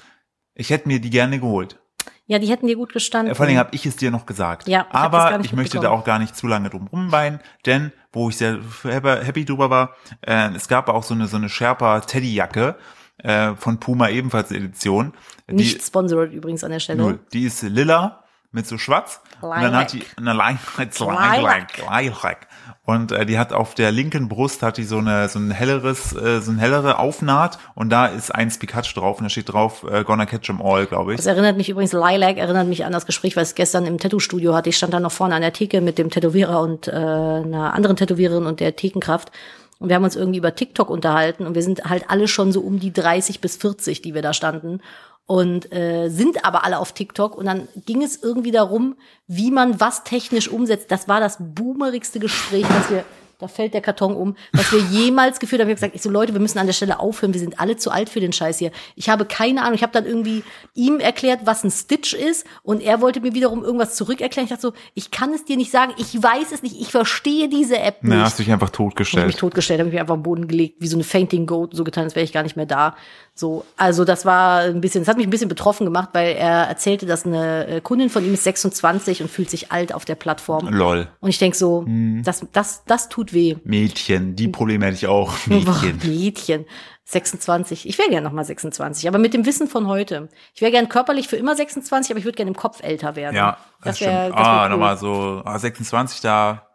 Speaker 1: Ich hätte mir die gerne geholt.
Speaker 3: Ja, die hätten dir gut gestanden.
Speaker 1: Vor allen Dingen habe ich es dir noch gesagt.
Speaker 3: Ja, ich hab das gar
Speaker 1: Aber
Speaker 3: nicht
Speaker 1: ich möchte da
Speaker 3: mitbekommen.
Speaker 1: auch gar nicht zu lange drum rumweinen, denn wo ich sehr happy happy drüber war, äh, es gab auch so eine so eine Sherpa Teddyjacke äh, von Puma ebenfalls Edition.
Speaker 3: Nicht sponsored übrigens an der
Speaker 1: die,
Speaker 3: Stelle.
Speaker 1: null. die ist lila mit so schwarz und dann hat die
Speaker 3: Lilac.
Speaker 1: eine Line, Lilac,
Speaker 3: Lilac.
Speaker 1: Lilac. Und äh, die hat auf der linken Brust hat die so eine so ein helleres äh, so ein hellere Aufnaht und da ist eins Pikachu drauf und da steht drauf äh, Gonna catch 'em all, glaube ich.
Speaker 3: Das erinnert mich übrigens, Lilac erinnert mich an das Gespräch, was ich gestern im Tattoo-Studio hatte. Ich stand da noch vorne an der Theke mit dem Tätowierer und äh, einer anderen Tätowiererin und der Thekenkraft. Und wir haben uns irgendwie über TikTok unterhalten und wir sind halt alle schon so um die 30 bis 40, die wir da standen. Und äh, sind aber alle auf TikTok und dann ging es irgendwie darum, wie man was technisch umsetzt. Das war das boomerigste Gespräch, das wir da fällt der Karton um, was wir jemals geführt haben. Ich habe gesagt, ich so Leute, wir müssen an der Stelle aufhören, wir sind alle zu alt für den Scheiß hier. Ich habe keine Ahnung. Ich habe dann irgendwie ihm erklärt, was ein Stitch ist und er wollte mir wiederum irgendwas zurückerklären. Ich dachte so, ich kann es dir nicht sagen, ich weiß es nicht, ich verstehe diese App nicht.
Speaker 1: Na, hast du dich einfach
Speaker 3: Ich habe mich
Speaker 1: totgestellt.
Speaker 3: totgestellt, habe mich einfach am Boden gelegt, wie so eine Fainting Goat, so getan, als wäre ich gar nicht mehr da. So, also das war ein bisschen, das hat mich ein bisschen betroffen gemacht, weil er erzählte, dass eine äh, Kundin von ihm ist 26 und fühlt sich alt auf der Plattform.
Speaker 1: Lol.
Speaker 3: Und ich denke so,
Speaker 1: Hm.
Speaker 3: das, das, das tut weh.
Speaker 1: Mädchen, die Probleme hätte ich auch.
Speaker 3: Boah,
Speaker 1: Mädchen.
Speaker 3: Mädchen. 26. Ich wäre gern nochmal 26, aber mit dem Wissen von heute. Ich wäre gern körperlich für immer 26, aber ich würde gern im Kopf älter werden.
Speaker 1: Ja, das,
Speaker 3: das wäre.
Speaker 1: stimmt. ah,
Speaker 3: cool.
Speaker 1: nochmal so ah, 26 da.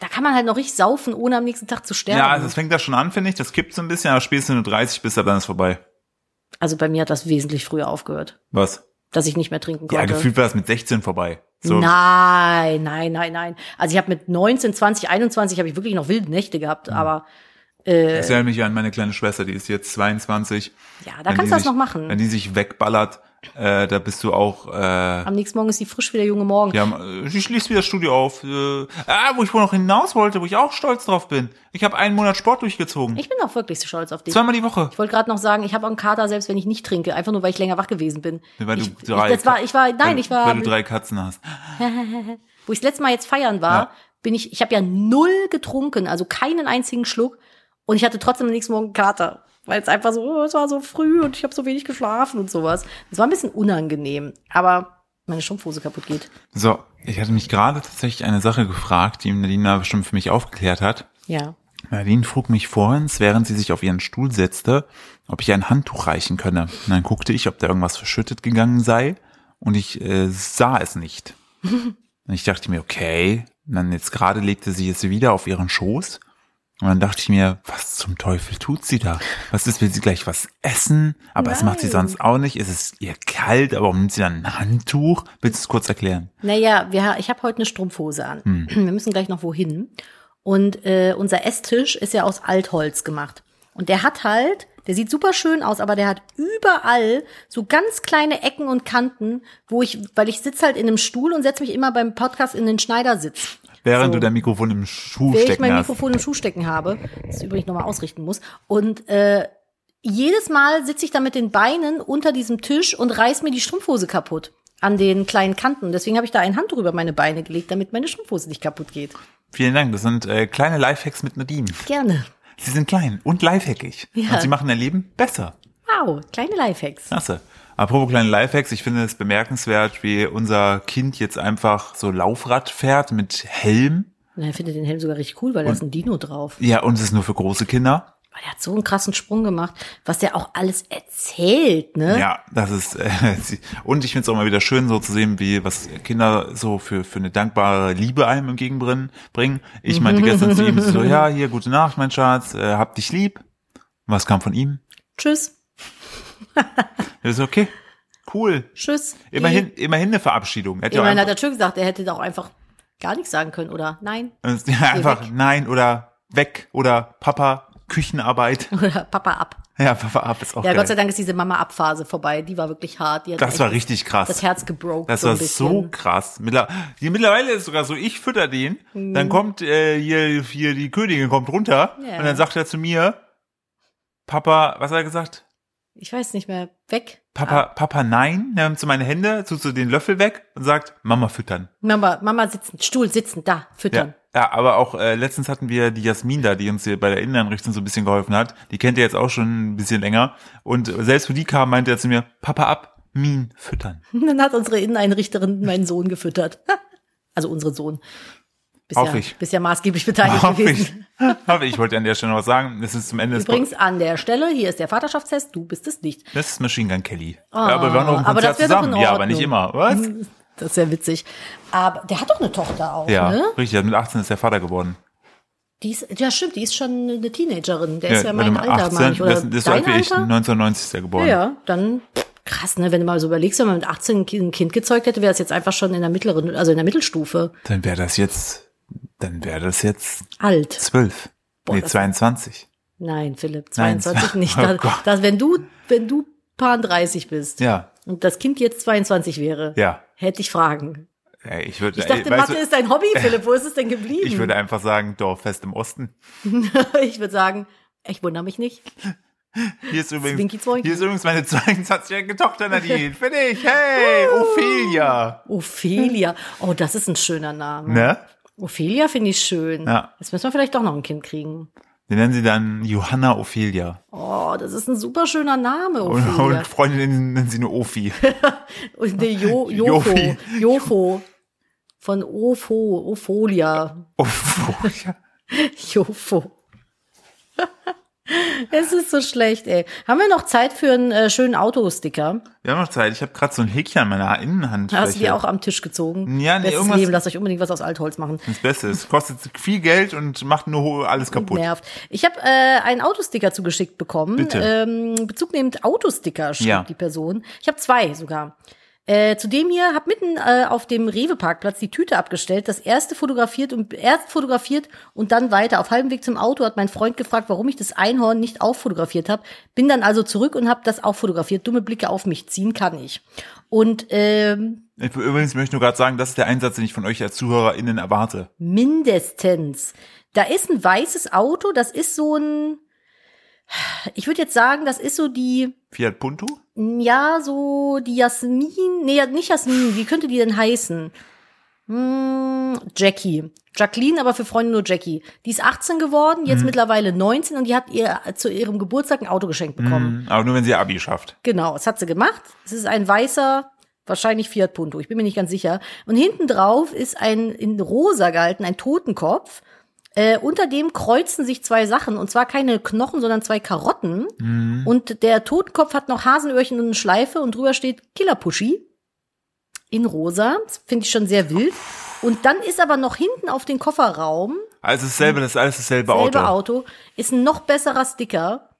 Speaker 3: Da kann man halt noch richtig saufen, ohne am nächsten Tag zu sterben.
Speaker 1: Ja, also es fängt da schon an, finde ich. Das kippt so ein bisschen, aber spätestens wenn du 30 bist, ab dann ist vorbei.
Speaker 3: also bei mir hat das wesentlich früher aufgehört,
Speaker 1: Was?
Speaker 3: dass ich nicht mehr trinken
Speaker 1: Ja,
Speaker 3: konnte.
Speaker 1: gefühlt war es mit 16 vorbei. So,
Speaker 3: Nein, nein, nein, nein. Also ich habe mit 19, 20, 21 habe ich wirklich noch wilde Nächte gehabt,
Speaker 1: Hm.
Speaker 3: aber
Speaker 1: das erinnert mich an meine kleine Schwester, die ist jetzt 22.
Speaker 3: ja,
Speaker 1: Wenn
Speaker 3: da
Speaker 1: die
Speaker 3: kannst du das
Speaker 1: sich-
Speaker 3: noch machen.
Speaker 1: Wenn die sich wegballert, äh, da bist du auch, äh,
Speaker 3: Am nächsten Morgen ist die frisch wie der junge Morgen.
Speaker 1: ja, äh, sie schließt wieder das Studio auf. Äh, ah, wo ich wohl noch hinaus wollte, wo ich auch stolz drauf bin. Ich habe einen Monat Sport durchgezogen.
Speaker 3: Ich bin auch wirklich stolz auf dich.
Speaker 1: Zweimal die Woche.
Speaker 3: Ich wollte gerade noch sagen, ich habe einen Kater, selbst wenn ich nicht trinke, einfach nur weil ich länger wach gewesen bin.
Speaker 1: Weil du
Speaker 3: ich, ich,
Speaker 1: drei
Speaker 3: das war, ich war, nein,
Speaker 1: weil,
Speaker 3: ich war,
Speaker 1: Weil du drei Katzen hast.
Speaker 3: wo ich das letzte Mal jetzt feiern war,
Speaker 1: Ja.
Speaker 3: bin ich, ich habe ja null getrunken, also keinen einzigen Schluck, und ich hatte trotzdem am nächsten Morgen einen Kater, weil es einfach so, oh, es war so früh und ich habe so wenig geschlafen und sowas. Es war ein bisschen unangenehm, aber meine Strumpfhose kaputt geht.
Speaker 1: So, ich hatte mich gerade tatsächlich eine Sache gefragt, die Nadine bestimmt für mich aufgeklärt hat.
Speaker 3: Ja.
Speaker 1: Nadine frug mich vorhin, während sie sich auf ihren Stuhl setzte, ob ich ihr ein Handtuch reichen könne. Und dann guckte ich, ob da irgendwas verschüttet gegangen sei und ich äh, sah es nicht. Und ich dachte mir, okay. Und dann jetzt gerade legte sie es wieder auf ihren Schoß. Und dann dachte ich mir, was zum Teufel tut sie da? Was ist, will sie gleich was essen? Aber das macht sie sonst auch nicht. Ist es ihr kalt? Aber warum nimmt sie dann ein Handtuch? Willst du es kurz erklären?
Speaker 3: Naja, wir, ha- ich habe heute eine Strumpfhose an. Wir müssen gleich noch wohin. Und äh, unser Esstisch ist ja aus Altholz gemacht. Und der hat halt, der sieht super schön aus, aber der hat überall so ganz kleine Ecken und Kanten, wo ich, weil ich sitze halt in einem Stuhl und setze mich immer beim Podcast in den Schneidersitz.
Speaker 1: Während
Speaker 3: So.
Speaker 1: du dein Mikrofon im Schuh
Speaker 3: Während ich
Speaker 1: stecken
Speaker 3: mein
Speaker 1: hast.
Speaker 3: Mikrofon im Schuh stecken habe, das ich übrigens nochmal ausrichten muss. Und äh, jedes Mal sitze ich da mit den Beinen unter diesem Tisch und reiß mir die Strumpfhose kaputt an den kleinen Kanten. Deswegen habe ich da ein Handtuch über meine Beine gelegt, damit meine Strumpfhose nicht kaputt geht.
Speaker 1: Vielen Dank. Das sind äh, kleine Lifehacks mit Nadine.
Speaker 3: Gerne.
Speaker 1: Sie sind klein und lifehackig.
Speaker 3: Ja.
Speaker 1: Und sie machen dein Leben besser.
Speaker 3: Wow, kleine Lifehacks.
Speaker 1: Klasse. Apropos kleine Lifehacks, ich finde es bemerkenswert, wie unser Kind jetzt einfach so Laufrad fährt mit Helm.
Speaker 3: Na, er findet den Helm sogar richtig cool, weil da ist ein Dino drauf.
Speaker 1: Ja, und es ist nur für große Kinder.
Speaker 3: Aber der hat so einen krassen Sprung gemacht, was der auch alles erzählt, ne?
Speaker 1: Ja, das ist äh, sie- und ich finde es auch mal wieder schön, so zu sehen, wie was Kinder so für für eine dankbare Liebe einem entgegenbringen. Bringen. Ich meinte gestern zu ihm so, ja, hier gute Nacht, mein Schatz, äh, hab dich lieb. Was kam von ihm?
Speaker 3: Tschüss,
Speaker 1: Er ist okay, cool.
Speaker 3: tschüss.
Speaker 1: Immerhin, immerhin eine Verabschiedung. Er hätte auch
Speaker 3: Immerhin
Speaker 1: einfach-
Speaker 3: hat er tschüss gesagt, er hätte auch einfach gar nichts sagen können, oder? Nein.
Speaker 1: Und es- Ja, einfach nein oder weg oder Papa, Küchenarbeit.
Speaker 3: Oder Papa ab.
Speaker 1: Ja, Papa ab ist auch
Speaker 3: Ja,
Speaker 1: geil.
Speaker 3: Gott sei Dank ist diese Mama-Ab-Phase vorbei. Die war wirklich hart. Die hat
Speaker 1: Das
Speaker 3: echt
Speaker 1: war richtig krass.
Speaker 3: das Herz gebroken.
Speaker 1: das
Speaker 3: so
Speaker 1: war
Speaker 3: ein
Speaker 1: so
Speaker 3: bisschen.
Speaker 1: krass. Mittler die, mittlerweile ist es sogar so, ich fütter den,
Speaker 3: Mhm.
Speaker 1: dann kommt äh, hier, hier die Königin kommt runter
Speaker 3: Ja.
Speaker 1: und dann sagt er zu mir, Papa, was hat er gesagt?
Speaker 3: Ich weiß nicht mehr. Weg.
Speaker 1: Papa, Papa, nein. Er nimmt so meine Hände, tut so den Löffel weg und sagt, Mama füttern.
Speaker 3: Mama, Mama sitzen, Stuhl sitzen, da,
Speaker 1: Ja,
Speaker 3: füttern.
Speaker 1: ja, aber auch äh, letztens hatten wir die Jasmin da, die uns hier bei der Inneneinrichtung so ein bisschen geholfen hat. Die kennt ihr jetzt auch schon ein bisschen länger. Und selbst wo die kam, meinte er zu mir, Papa ab, Min füttern.
Speaker 3: Dann hat unsere Inneneinrichterin meinen Sohn gefüttert. also unseren Sohn. Bist
Speaker 1: Hoffe
Speaker 3: ja,
Speaker 1: ich.
Speaker 3: Bist ja maßgeblich beteiligt
Speaker 1: Hoffe ich.
Speaker 3: gewesen.
Speaker 1: Hoffe ich, wollte an der Stelle noch was sagen. Das ist zum Ende des
Speaker 3: Übrigens an der Stelle, hier ist der Vaterschaftstest, du bist es nicht.
Speaker 1: Das ist Machine Gun Kelly. ja, aber wir waren noch im
Speaker 3: Ah, aber
Speaker 1: Konzert
Speaker 3: das wär doch in
Speaker 1: zusammen. Ja, aber
Speaker 3: Ordnung. Hm,
Speaker 1: nicht immer. Was?
Speaker 3: Das ist ja witzig. Aber der hat doch eine Tochter auch,
Speaker 1: Ja,
Speaker 3: ne?
Speaker 1: richtig. Mit 18 ist der Vater geworden.
Speaker 3: Die ist, ja, stimmt, die ist schon eine Teenagerin. Der ist ja
Speaker 1: warte
Speaker 3: mein
Speaker 1: mal,
Speaker 3: Alter, meine ich. Oder
Speaker 1: das, das ist so
Speaker 3: dein
Speaker 1: alt wie ich.
Speaker 3: Alter?
Speaker 1: 1990 ist er geboren.
Speaker 3: Ja, dann krass, ne? Wenn du mal so überlegst, wenn man mit 18 ein Kind- ein Kind gezeugt hätte, wäre es jetzt einfach schon in der mittleren, also in der Mittelstufe
Speaker 1: Dann wäre das jetzt, dann wäre das jetzt
Speaker 3: alt.
Speaker 1: 12. nee,
Speaker 3: das-
Speaker 1: 22.
Speaker 3: Nein, Philipp,
Speaker 1: Nein,
Speaker 3: 22
Speaker 1: oh
Speaker 3: nicht. Das,
Speaker 1: Gott.
Speaker 3: das, wenn du, wenn du Paar 30 bist
Speaker 1: Ja,
Speaker 3: und das Kind jetzt 22 wäre,
Speaker 1: ja.
Speaker 3: hätte ich Fragen.
Speaker 1: Ey, ich würde,
Speaker 3: Ich dachte, Mathe ist dein Hobby, Philipp. Wo ist es denn geblieben?
Speaker 1: ich würde einfach sagen, Dorffest im Osten.
Speaker 3: ich würde sagen, ich wundere mich nicht.
Speaker 1: Hier ist übrigens,
Speaker 3: Zwinki, zwinki.
Speaker 1: hier ist übrigens meine 22-jährige Tochter Nadine. Bin ich. Hey, Ophelia.
Speaker 3: Ophelia. Oh, das ist ein schöner Name.
Speaker 1: Ne?
Speaker 3: Ophelia finde ich schön.
Speaker 1: Ja.
Speaker 3: Jetzt müssen wir vielleicht doch noch ein Kind kriegen.
Speaker 1: Die nennen sie dann Johanna Ophelia.
Speaker 3: Oh, das ist ein super schöner Name,
Speaker 1: Und,
Speaker 3: Ophelia.
Speaker 1: und Freundinnen nennen sie nur Ophi.
Speaker 3: Und nee, jo, Jofo.
Speaker 1: Jofi.
Speaker 3: Jofo. Von Ofo, Opholia.
Speaker 1: Ophelia.
Speaker 3: Jofo. es ist so schlecht, ey. Haben wir noch Zeit für einen äh, schönen Autosticker?
Speaker 1: Wir haben noch Zeit. Ich habe gerade so ein Häkchen an meiner Innenhand.
Speaker 3: Hast du die auch am Tisch gezogen?
Speaker 1: Ja, nee,
Speaker 3: Bestes
Speaker 1: irgendwas-
Speaker 3: Leben, lasst euch unbedingt was aus Altholz machen.
Speaker 1: Das Beste ist, kostet viel Geld und macht nur ho- alles kaputt.
Speaker 3: Nervt. Ich habe äh, einen Autosticker zugeschickt bekommen.
Speaker 1: Bitte.
Speaker 3: Ähm, bezugnehmend Autosticker, schrieb
Speaker 1: Ja.
Speaker 3: die Person. Ich habe zwei sogar. Äh, zu dem hier habe mitten äh, auf dem Rewe-Parkplatz die Tüte abgestellt, das erste fotografiert und erst fotografiert und dann weiter. Auf halbem Weg zum Auto hat mein Freund gefragt, warum ich das Einhorn nicht auch fotografiert habe. Bin dann also zurück und habe das auch fotografiert. Dumme Blicke auf mich ziehen kann ich. Und ähm,
Speaker 1: Ich, übrigens möchte ich nur gerade sagen, das ist der Einsatz, den ich von euch als ZuhörerInnen erwarte.
Speaker 3: Mindestens. Da ist ein weißes Auto, das ist so ein, ich würde jetzt sagen, das ist so die,
Speaker 1: Fiat Punto?
Speaker 3: ja, so die Jasmin, nee, nicht Jasmin, wie könnte die denn heißen? Hm, Jackie. Jacqueline, aber für Freunde nur Jackie. Die ist 18 geworden, jetzt mittlerweile 19 und die hat ihr zu ihrem Geburtstag ein Auto geschenkt bekommen.
Speaker 1: Mhm. Aber nur, wenn sie ihr Abi schafft.
Speaker 3: Genau, das hat sie gemacht. Es ist ein weißer, wahrscheinlich Fiat Punto, ich bin mir nicht ganz sicher. Und hinten drauf ist ein in rosa gehalten, ein Totenkopf. Äh, unter dem kreuzen sich zwei Sachen, und zwar keine Knochen, sondern zwei Karotten.
Speaker 1: Mhm.
Speaker 3: Und der Totenkopf hat noch Hasenöhrchen und eine Schleife und drüber steht Killer Pushy in rosa. Das finde ich schon sehr wild. Und dann ist aber noch hinten auf den Kofferraum
Speaker 1: Also dasselbe, das ist alles dasselbe,
Speaker 3: selbe
Speaker 1: Auto.
Speaker 3: Auto, ist ein noch besserer Sticker.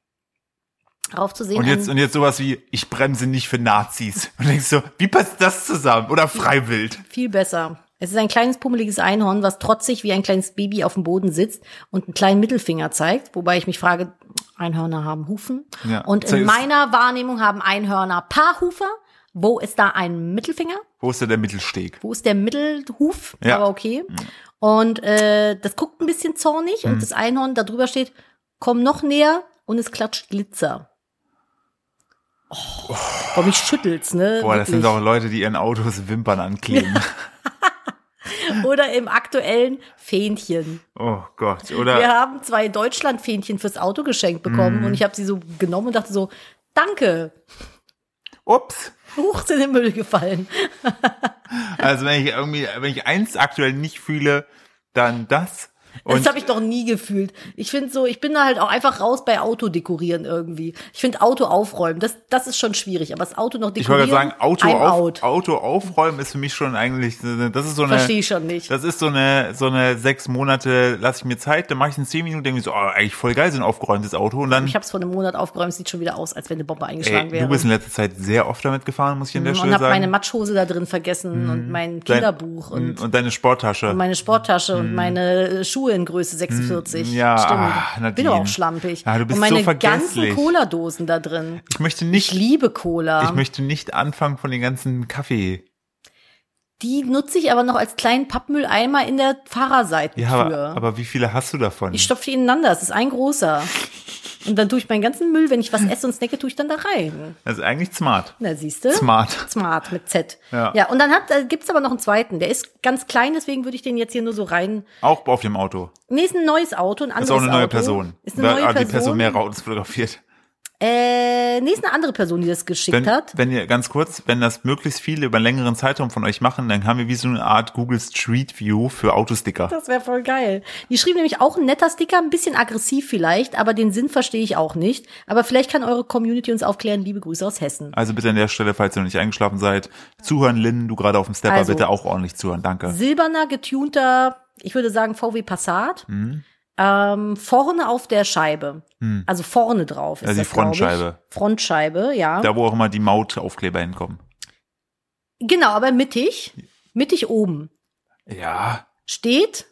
Speaker 3: Drauf zu sehen.
Speaker 1: Und jetzt,
Speaker 3: ein-
Speaker 1: und jetzt sowas wie, ich bremse nicht für Nazis. Und denkst so, wie passt das zusammen? Oder Freiwild.
Speaker 3: Viel besser. Es ist ein kleines pummeliges Einhorn, was trotzig wie ein kleines Baby auf dem Boden sitzt und einen kleinen Mittelfinger zeigt, wobei ich mich frage, Einhörner haben Hufen.
Speaker 1: Ja.
Speaker 3: und
Speaker 1: So
Speaker 3: in
Speaker 1: ist-
Speaker 3: meiner Wahrnehmung haben Einhörner Paarhufer. Wo ist da ein Mittelfinger?
Speaker 1: Wo ist denn der Mittelsteg?
Speaker 3: Wo ist der Mittelhuf?
Speaker 1: Ja. Mhm.
Speaker 3: Aber okay. Und äh, das guckt ein bisschen zornig und das Einhorn da drüber steht, komm noch näher und es klatscht Glitzer. Oh, boah, mich schüttelt's, ne?
Speaker 1: Boah, das sind
Speaker 3: Wirklich.
Speaker 1: doch Leute, die ihren Autos Wimpern ankleben.
Speaker 3: Oder im aktuellen Fähnchen.
Speaker 1: Oh Gott. Oder
Speaker 3: Wir haben zwei Deutschlandfähnchen fürs Auto geschenkt
Speaker 1: Mhm.
Speaker 3: bekommen und ich habe sie so genommen und dachte so, danke,
Speaker 1: ups.
Speaker 3: hoch sind in den Müll gefallen.
Speaker 1: Also wenn ich irgendwie, wenn ich eins aktuell nicht fühle, dann das.
Speaker 3: Das
Speaker 1: Und
Speaker 3: habe ich noch nie gefühlt. Ich finde so, ich bin da halt auch einfach raus bei Autodekorieren irgendwie. Ich finde Auto aufräumen, das, das ist schon schwierig, aber das Auto noch
Speaker 1: ich
Speaker 3: dekorieren.
Speaker 1: wollte gerade sagen, Auto,
Speaker 3: I'm
Speaker 1: auf,
Speaker 3: out.
Speaker 1: Auto aufräumen ist für mich schon eigentlich, das ist so eine.
Speaker 3: Verstehe ich schon nicht.
Speaker 1: Das ist so eine, so eine sechs Monate, lasse ich mir Zeit, dann mache ich in zehn Minuten, denke ich so, oh, eigentlich voll geil, so ein aufgeräumtes Auto. Und dann,
Speaker 3: Ich habe es vor einem Monat aufgeräumt, sieht schon wieder aus, als wenn eine Bombe eingeschlagen
Speaker 1: ey,
Speaker 3: wäre.
Speaker 1: du bist in letzter Zeit sehr oft damit gefahren, muss ich an der
Speaker 3: und
Speaker 1: Stelle
Speaker 3: habe meine
Speaker 1: sagen. Mhm.
Speaker 3: Matschhose da drin vergessen und mein
Speaker 1: Dein- Mhm.
Speaker 3: Kinderbuch und
Speaker 1: und deine Sporttasche.
Speaker 3: meine Sporttasche und meine äh, Schuhe in Größe 46.
Speaker 1: Hm. Ja, ah,
Speaker 3: stimmt.
Speaker 1: Nadine.
Speaker 3: Bin auch schlampig.
Speaker 1: Ja, du bist
Speaker 3: und meine
Speaker 1: so vergesslich.
Speaker 3: ganzen Cola-Dosen da drin.
Speaker 1: ich möchte
Speaker 3: Ich
Speaker 1: nicht,
Speaker 3: liebe Cola.
Speaker 1: ich möchte nicht anfangen von den ganzen Kaffee.
Speaker 3: die nutze ich aber noch als kleinen Pappmülleimer in der Fahrerseitentür.
Speaker 1: Ja, aber, aber wie viele hast du davon?
Speaker 3: ich stopfe die ineinander, es ist ein großer. Und dann tue ich meinen ganzen Müll, wenn ich was esse und snacke, tue ich dann da rein.
Speaker 1: Also eigentlich smart.
Speaker 3: Na, siehst du?
Speaker 1: Smart.
Speaker 3: Smart mit Z.
Speaker 1: Ja.
Speaker 3: ja und dann hat, da gibt's aber noch einen zweiten. Der ist ganz klein, deswegen würde ich den jetzt hier nur so rein
Speaker 1: Auch auf dem Auto.
Speaker 3: Nee, ist ein neues Auto, ein anderes
Speaker 1: Ist auch eine neue
Speaker 3: Auto.
Speaker 1: Person.
Speaker 3: Ist eine
Speaker 1: Weil- ah,
Speaker 3: neue
Speaker 1: die
Speaker 3: Person.
Speaker 1: Person mehrere Autos fotografiert.
Speaker 3: äh, nee, ist eine andere Person, die das geschickt
Speaker 1: Wenn,
Speaker 3: hat.
Speaker 1: wenn ihr ganz kurz, wenn das möglichst viele über einen längeren Zeitraum von euch machen, dann haben wir wie so eine Art Google Street View für Autosticker.
Speaker 3: Das wäre voll geil. Die schrieben nämlich auch ein netter Sticker, ein bisschen aggressiv vielleicht, aber den Sinn verstehe ich auch nicht. Aber vielleicht kann eure Community uns aufklären. Liebe Grüße aus Hessen.
Speaker 1: Also bitte an der Stelle, falls ihr noch nicht eingeschlafen seid, zuhören, Lynn, du gerade auf dem Stepper,
Speaker 3: Also.
Speaker 1: bitte auch ordentlich zuhören, danke.
Speaker 3: Silberner, getunter, ich würde sagen VW Passat.
Speaker 1: Mhm.
Speaker 3: Ähm, vorne auf der Scheibe.
Speaker 1: Hm.
Speaker 3: Also vorne drauf. Ist
Speaker 1: Also die
Speaker 3: das, glaub ich.
Speaker 1: Frontscheibe.
Speaker 3: Frontscheibe, ja.
Speaker 1: Da, wo auch immer die Mautaufkleber hinkommen.
Speaker 3: Genau, aber mittig. Mittig oben.
Speaker 1: Ja,
Speaker 3: steht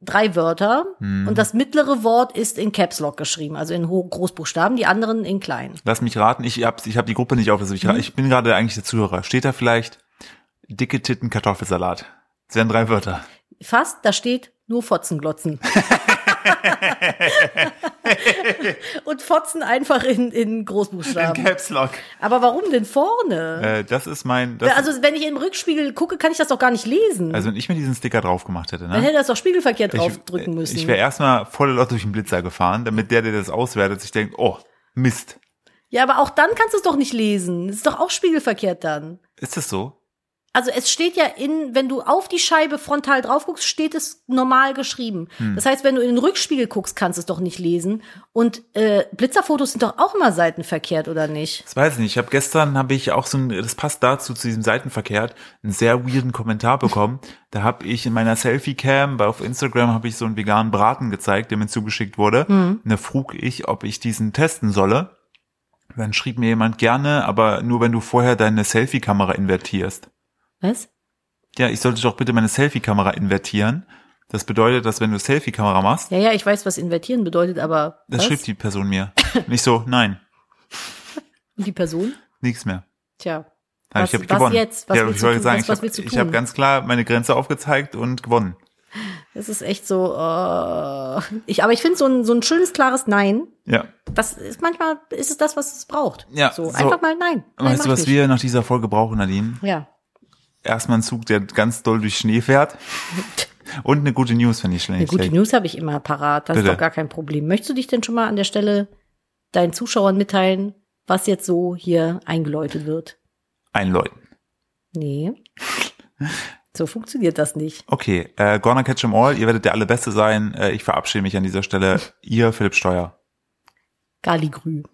Speaker 3: drei Wörter
Speaker 1: Hm.
Speaker 3: und das mittlere Wort ist in Caps Lock geschrieben, also in Ho- Großbuchstaben, die anderen in klein. Mhm.
Speaker 1: lass mich raten, ich hab's, ich hab die Gruppe nicht auf, also ich, ich bin gerade eigentlich der Zuhörer. Steht da vielleicht dicke Titten Kartoffelsalat. Das wären drei Wörter.
Speaker 3: Fast, da steht nur Fotzenglotzen. Und Fotzen einfach in, in Großbuchstaben.
Speaker 1: Caps Lock.
Speaker 3: Aber warum denn vorne?
Speaker 1: Äh, das ist mein. Das,
Speaker 3: also, wenn ich im Rückspiegel gucke, kann ich das doch gar nicht lesen.
Speaker 1: also wenn ich mir diesen Sticker drauf gemacht hätte,
Speaker 3: Dann
Speaker 1: ne?
Speaker 3: hätte das doch spiegelverkehrt
Speaker 1: äh,
Speaker 3: draufdrücken müssen.
Speaker 1: Ich wäre erstmal volle Lotte durch den Blitzer gefahren, damit der, der das auswertet, sich denkt, oh, Mist.
Speaker 3: ja, aber auch dann kannst du es doch nicht lesen. Es ist doch auch spiegelverkehrt dann.
Speaker 1: Ist das so?
Speaker 3: Also es steht ja in, wenn du auf die Scheibe frontal drauf guckst, steht es normal geschrieben.
Speaker 1: Hm.
Speaker 3: Das heißt, wenn du in den Rückspiegel guckst, kannst du es doch nicht lesen. Und äh, Blitzerfotos sind doch auch immer seitenverkehrt, oder nicht?
Speaker 1: Das weiß ich nicht. Ich habe gestern habe ich auch so ein, das passt dazu zu diesem Seitenverkehr, einen sehr weirden Kommentar bekommen. Da habe ich in meiner Selfie-Cam bei auf Instagram habe ich so einen veganen Braten gezeigt, der mir zugeschickt wurde.
Speaker 3: Hm.
Speaker 1: Und da frug ich, ob ich diesen testen solle. Dann schrieb mir jemand gerne, aber nur wenn du vorher deine Selfie-Kamera invertierst.
Speaker 3: Was?
Speaker 1: Ja, ich sollte doch bitte meine Selfie-Kamera invertieren. Das bedeutet, dass wenn du Selfie-Kamera machst,
Speaker 3: Ja, ja, ich weiß, was invertieren bedeutet, aber
Speaker 1: das
Speaker 3: was?
Speaker 1: schrieb die Person mir. Nicht so, nein,
Speaker 3: Und die Person?
Speaker 1: nichts mehr.
Speaker 3: Tja.
Speaker 1: Hab
Speaker 3: Was-
Speaker 1: ich habe
Speaker 3: was
Speaker 1: gewonnen.
Speaker 3: jetzt? Was
Speaker 1: ja,
Speaker 3: willst
Speaker 1: ich wollte
Speaker 3: du tun?
Speaker 1: sagen,
Speaker 3: Was-
Speaker 1: ich
Speaker 3: was
Speaker 1: hab-
Speaker 3: willst du
Speaker 1: ich habe
Speaker 3: tun?
Speaker 1: hab ganz klar meine Grenze aufgezeigt und gewonnen.
Speaker 3: Es ist echt so, äh, ich, aber ich finde so ein, so ein schönes, klares Nein,
Speaker 1: Ja.
Speaker 3: das ist manchmal, ist es das, was es braucht.
Speaker 1: Ja,
Speaker 3: So,
Speaker 1: so.
Speaker 3: einfach mal Nein. nein
Speaker 1: weißt du,
Speaker 3: mach
Speaker 1: was
Speaker 3: ich nicht.
Speaker 1: wir nach dieser Folge brauchen, Nadine?
Speaker 3: Ja.
Speaker 1: Erstmal einen Zug, der ganz doll durch Schnee fährt. Und eine gute News, wenn ich
Speaker 3: Eine
Speaker 1: schlecht
Speaker 3: gute
Speaker 1: schlägt.
Speaker 3: News habe ich immer parat, das
Speaker 1: Bitte.
Speaker 3: ist doch gar kein Problem. Möchtest du dich denn schon mal an der Stelle deinen Zuschauern mitteilen, was jetzt so hier eingeläutet wird?
Speaker 1: Einläuten.
Speaker 3: Nee. So funktioniert das nicht.
Speaker 1: Okay, äh, Gonna Catch 'em All, ihr werdet der Allerbeste sein. Äh, ich verabschiede mich an dieser Stelle. Ihr, Philipp Steuer.
Speaker 3: Galigrü.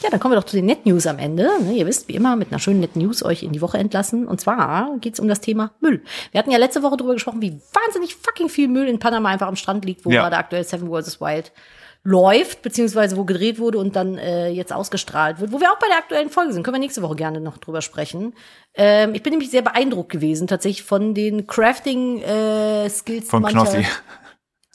Speaker 3: Ja, dann kommen wir doch zu den Net News am Ende. Ne, Ihr wisst, wie immer, mit einer schönen Net News euch in die Woche entlassen. Und zwar geht's um das Thema Müll. Wir hatten ja letzte Woche darüber gesprochen, wie wahnsinnig fucking viel Müll in Panama einfach am Strand liegt, wo
Speaker 1: Ja.
Speaker 3: gerade aktuell Seven vs. Wild läuft, beziehungsweise wo gedreht wurde und dann äh, jetzt ausgestrahlt wird, wo wir auch bei der aktuellen Folge sind. Können wir nächste Woche gerne noch drüber sprechen. Ähm, ich bin nämlich sehr beeindruckt gewesen, tatsächlich von den Crafting-Skills
Speaker 1: Von Knossi.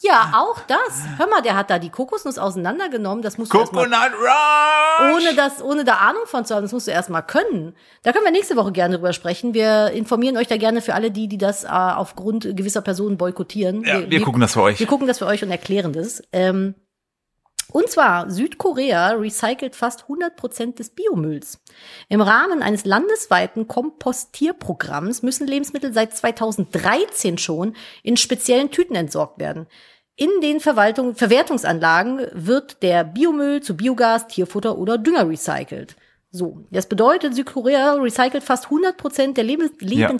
Speaker 3: Ja, auch das. Hör mal, der hat da die Kokosnuss auseinandergenommen. Das musst du erst mal
Speaker 1: Coconut Rush!
Speaker 3: ohne das, ohne da Ahnung von zu haben, das musst du erstmal können. Da können wir nächste Woche gerne drüber sprechen. Wir informieren euch da gerne für alle die, die das äh, aufgrund gewisser Personen boykottieren.
Speaker 1: Ja, wir gucken das für euch.
Speaker 3: Wir gucken das für euch und erklären das. Ähm, und zwar, Südkorea recycelt fast 100 Prozent des Biomülls. Im Rahmen eines landesweiten Kompostierprogramms müssen Lebensmittel seit 2013 schon in speziellen Tüten entsorgt werden. In den Verwaltung Verwertungsanlagen wird der Biomüll zu Biogas, Tierfutter oder Dünger recycelt. So, das bedeutet, Südkorea recycelt fast 100 Prozent der Lebens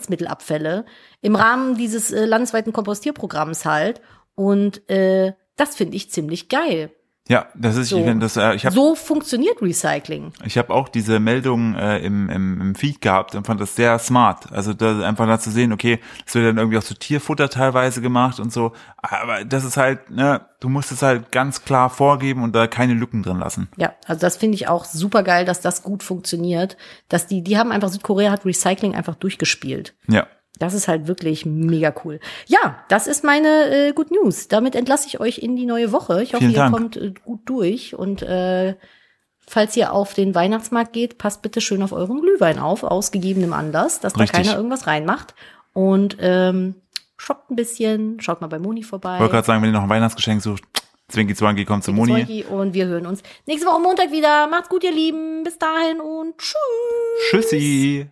Speaker 3: Lebensmittelabfälle im Rahmen dieses äh, landesweiten Kompostierprogramms halt. Und äh, das finde ich ziemlich geil.
Speaker 1: Ja, das ist,
Speaker 3: So.
Speaker 1: ich, das, äh, ich habe
Speaker 3: So funktioniert Recycling.
Speaker 1: Ich habe auch diese Meldung äh, im, im, im Feed gehabt und fand das sehr smart. Also da, einfach da zu sehen, okay, es wird dann irgendwie auch zu Tierfutter teilweise gemacht und so. Aber das ist halt, ne, du musst es halt ganz klar vorgeben und da keine Lücken drin lassen.
Speaker 3: Ja, also das finde ich auch super geil, dass das gut funktioniert. Dass die, die haben einfach, Südkorea hat Recycling einfach durchgespielt.
Speaker 1: Ja.
Speaker 3: Das ist halt wirklich mega cool. Ja, das ist meine äh, Good News. Damit entlasse ich euch in die neue Woche. Ich hoffe,
Speaker 1: Vielen
Speaker 3: ihr
Speaker 1: Dank.
Speaker 3: kommt äh, gut durch. Und äh, falls ihr auf den Weihnachtsmarkt geht, passt bitte schön auf euren Glühwein auf, aus gegebenem Anlass, dass da
Speaker 1: Richtig.
Speaker 3: keiner irgendwas reinmacht. Und ähm, shoppt ein bisschen, schaut mal bei Moni vorbei.
Speaker 1: Wollte gerade sagen, wenn ihr noch ein Weihnachtsgeschenk sucht, Zwinki Zwanki kommt zu Moni.
Speaker 3: Zeugi, Und wir hören uns nächste Woche Montag wieder. Macht's gut, ihr Lieben. Bis dahin und tschüss.
Speaker 1: Tschüssi.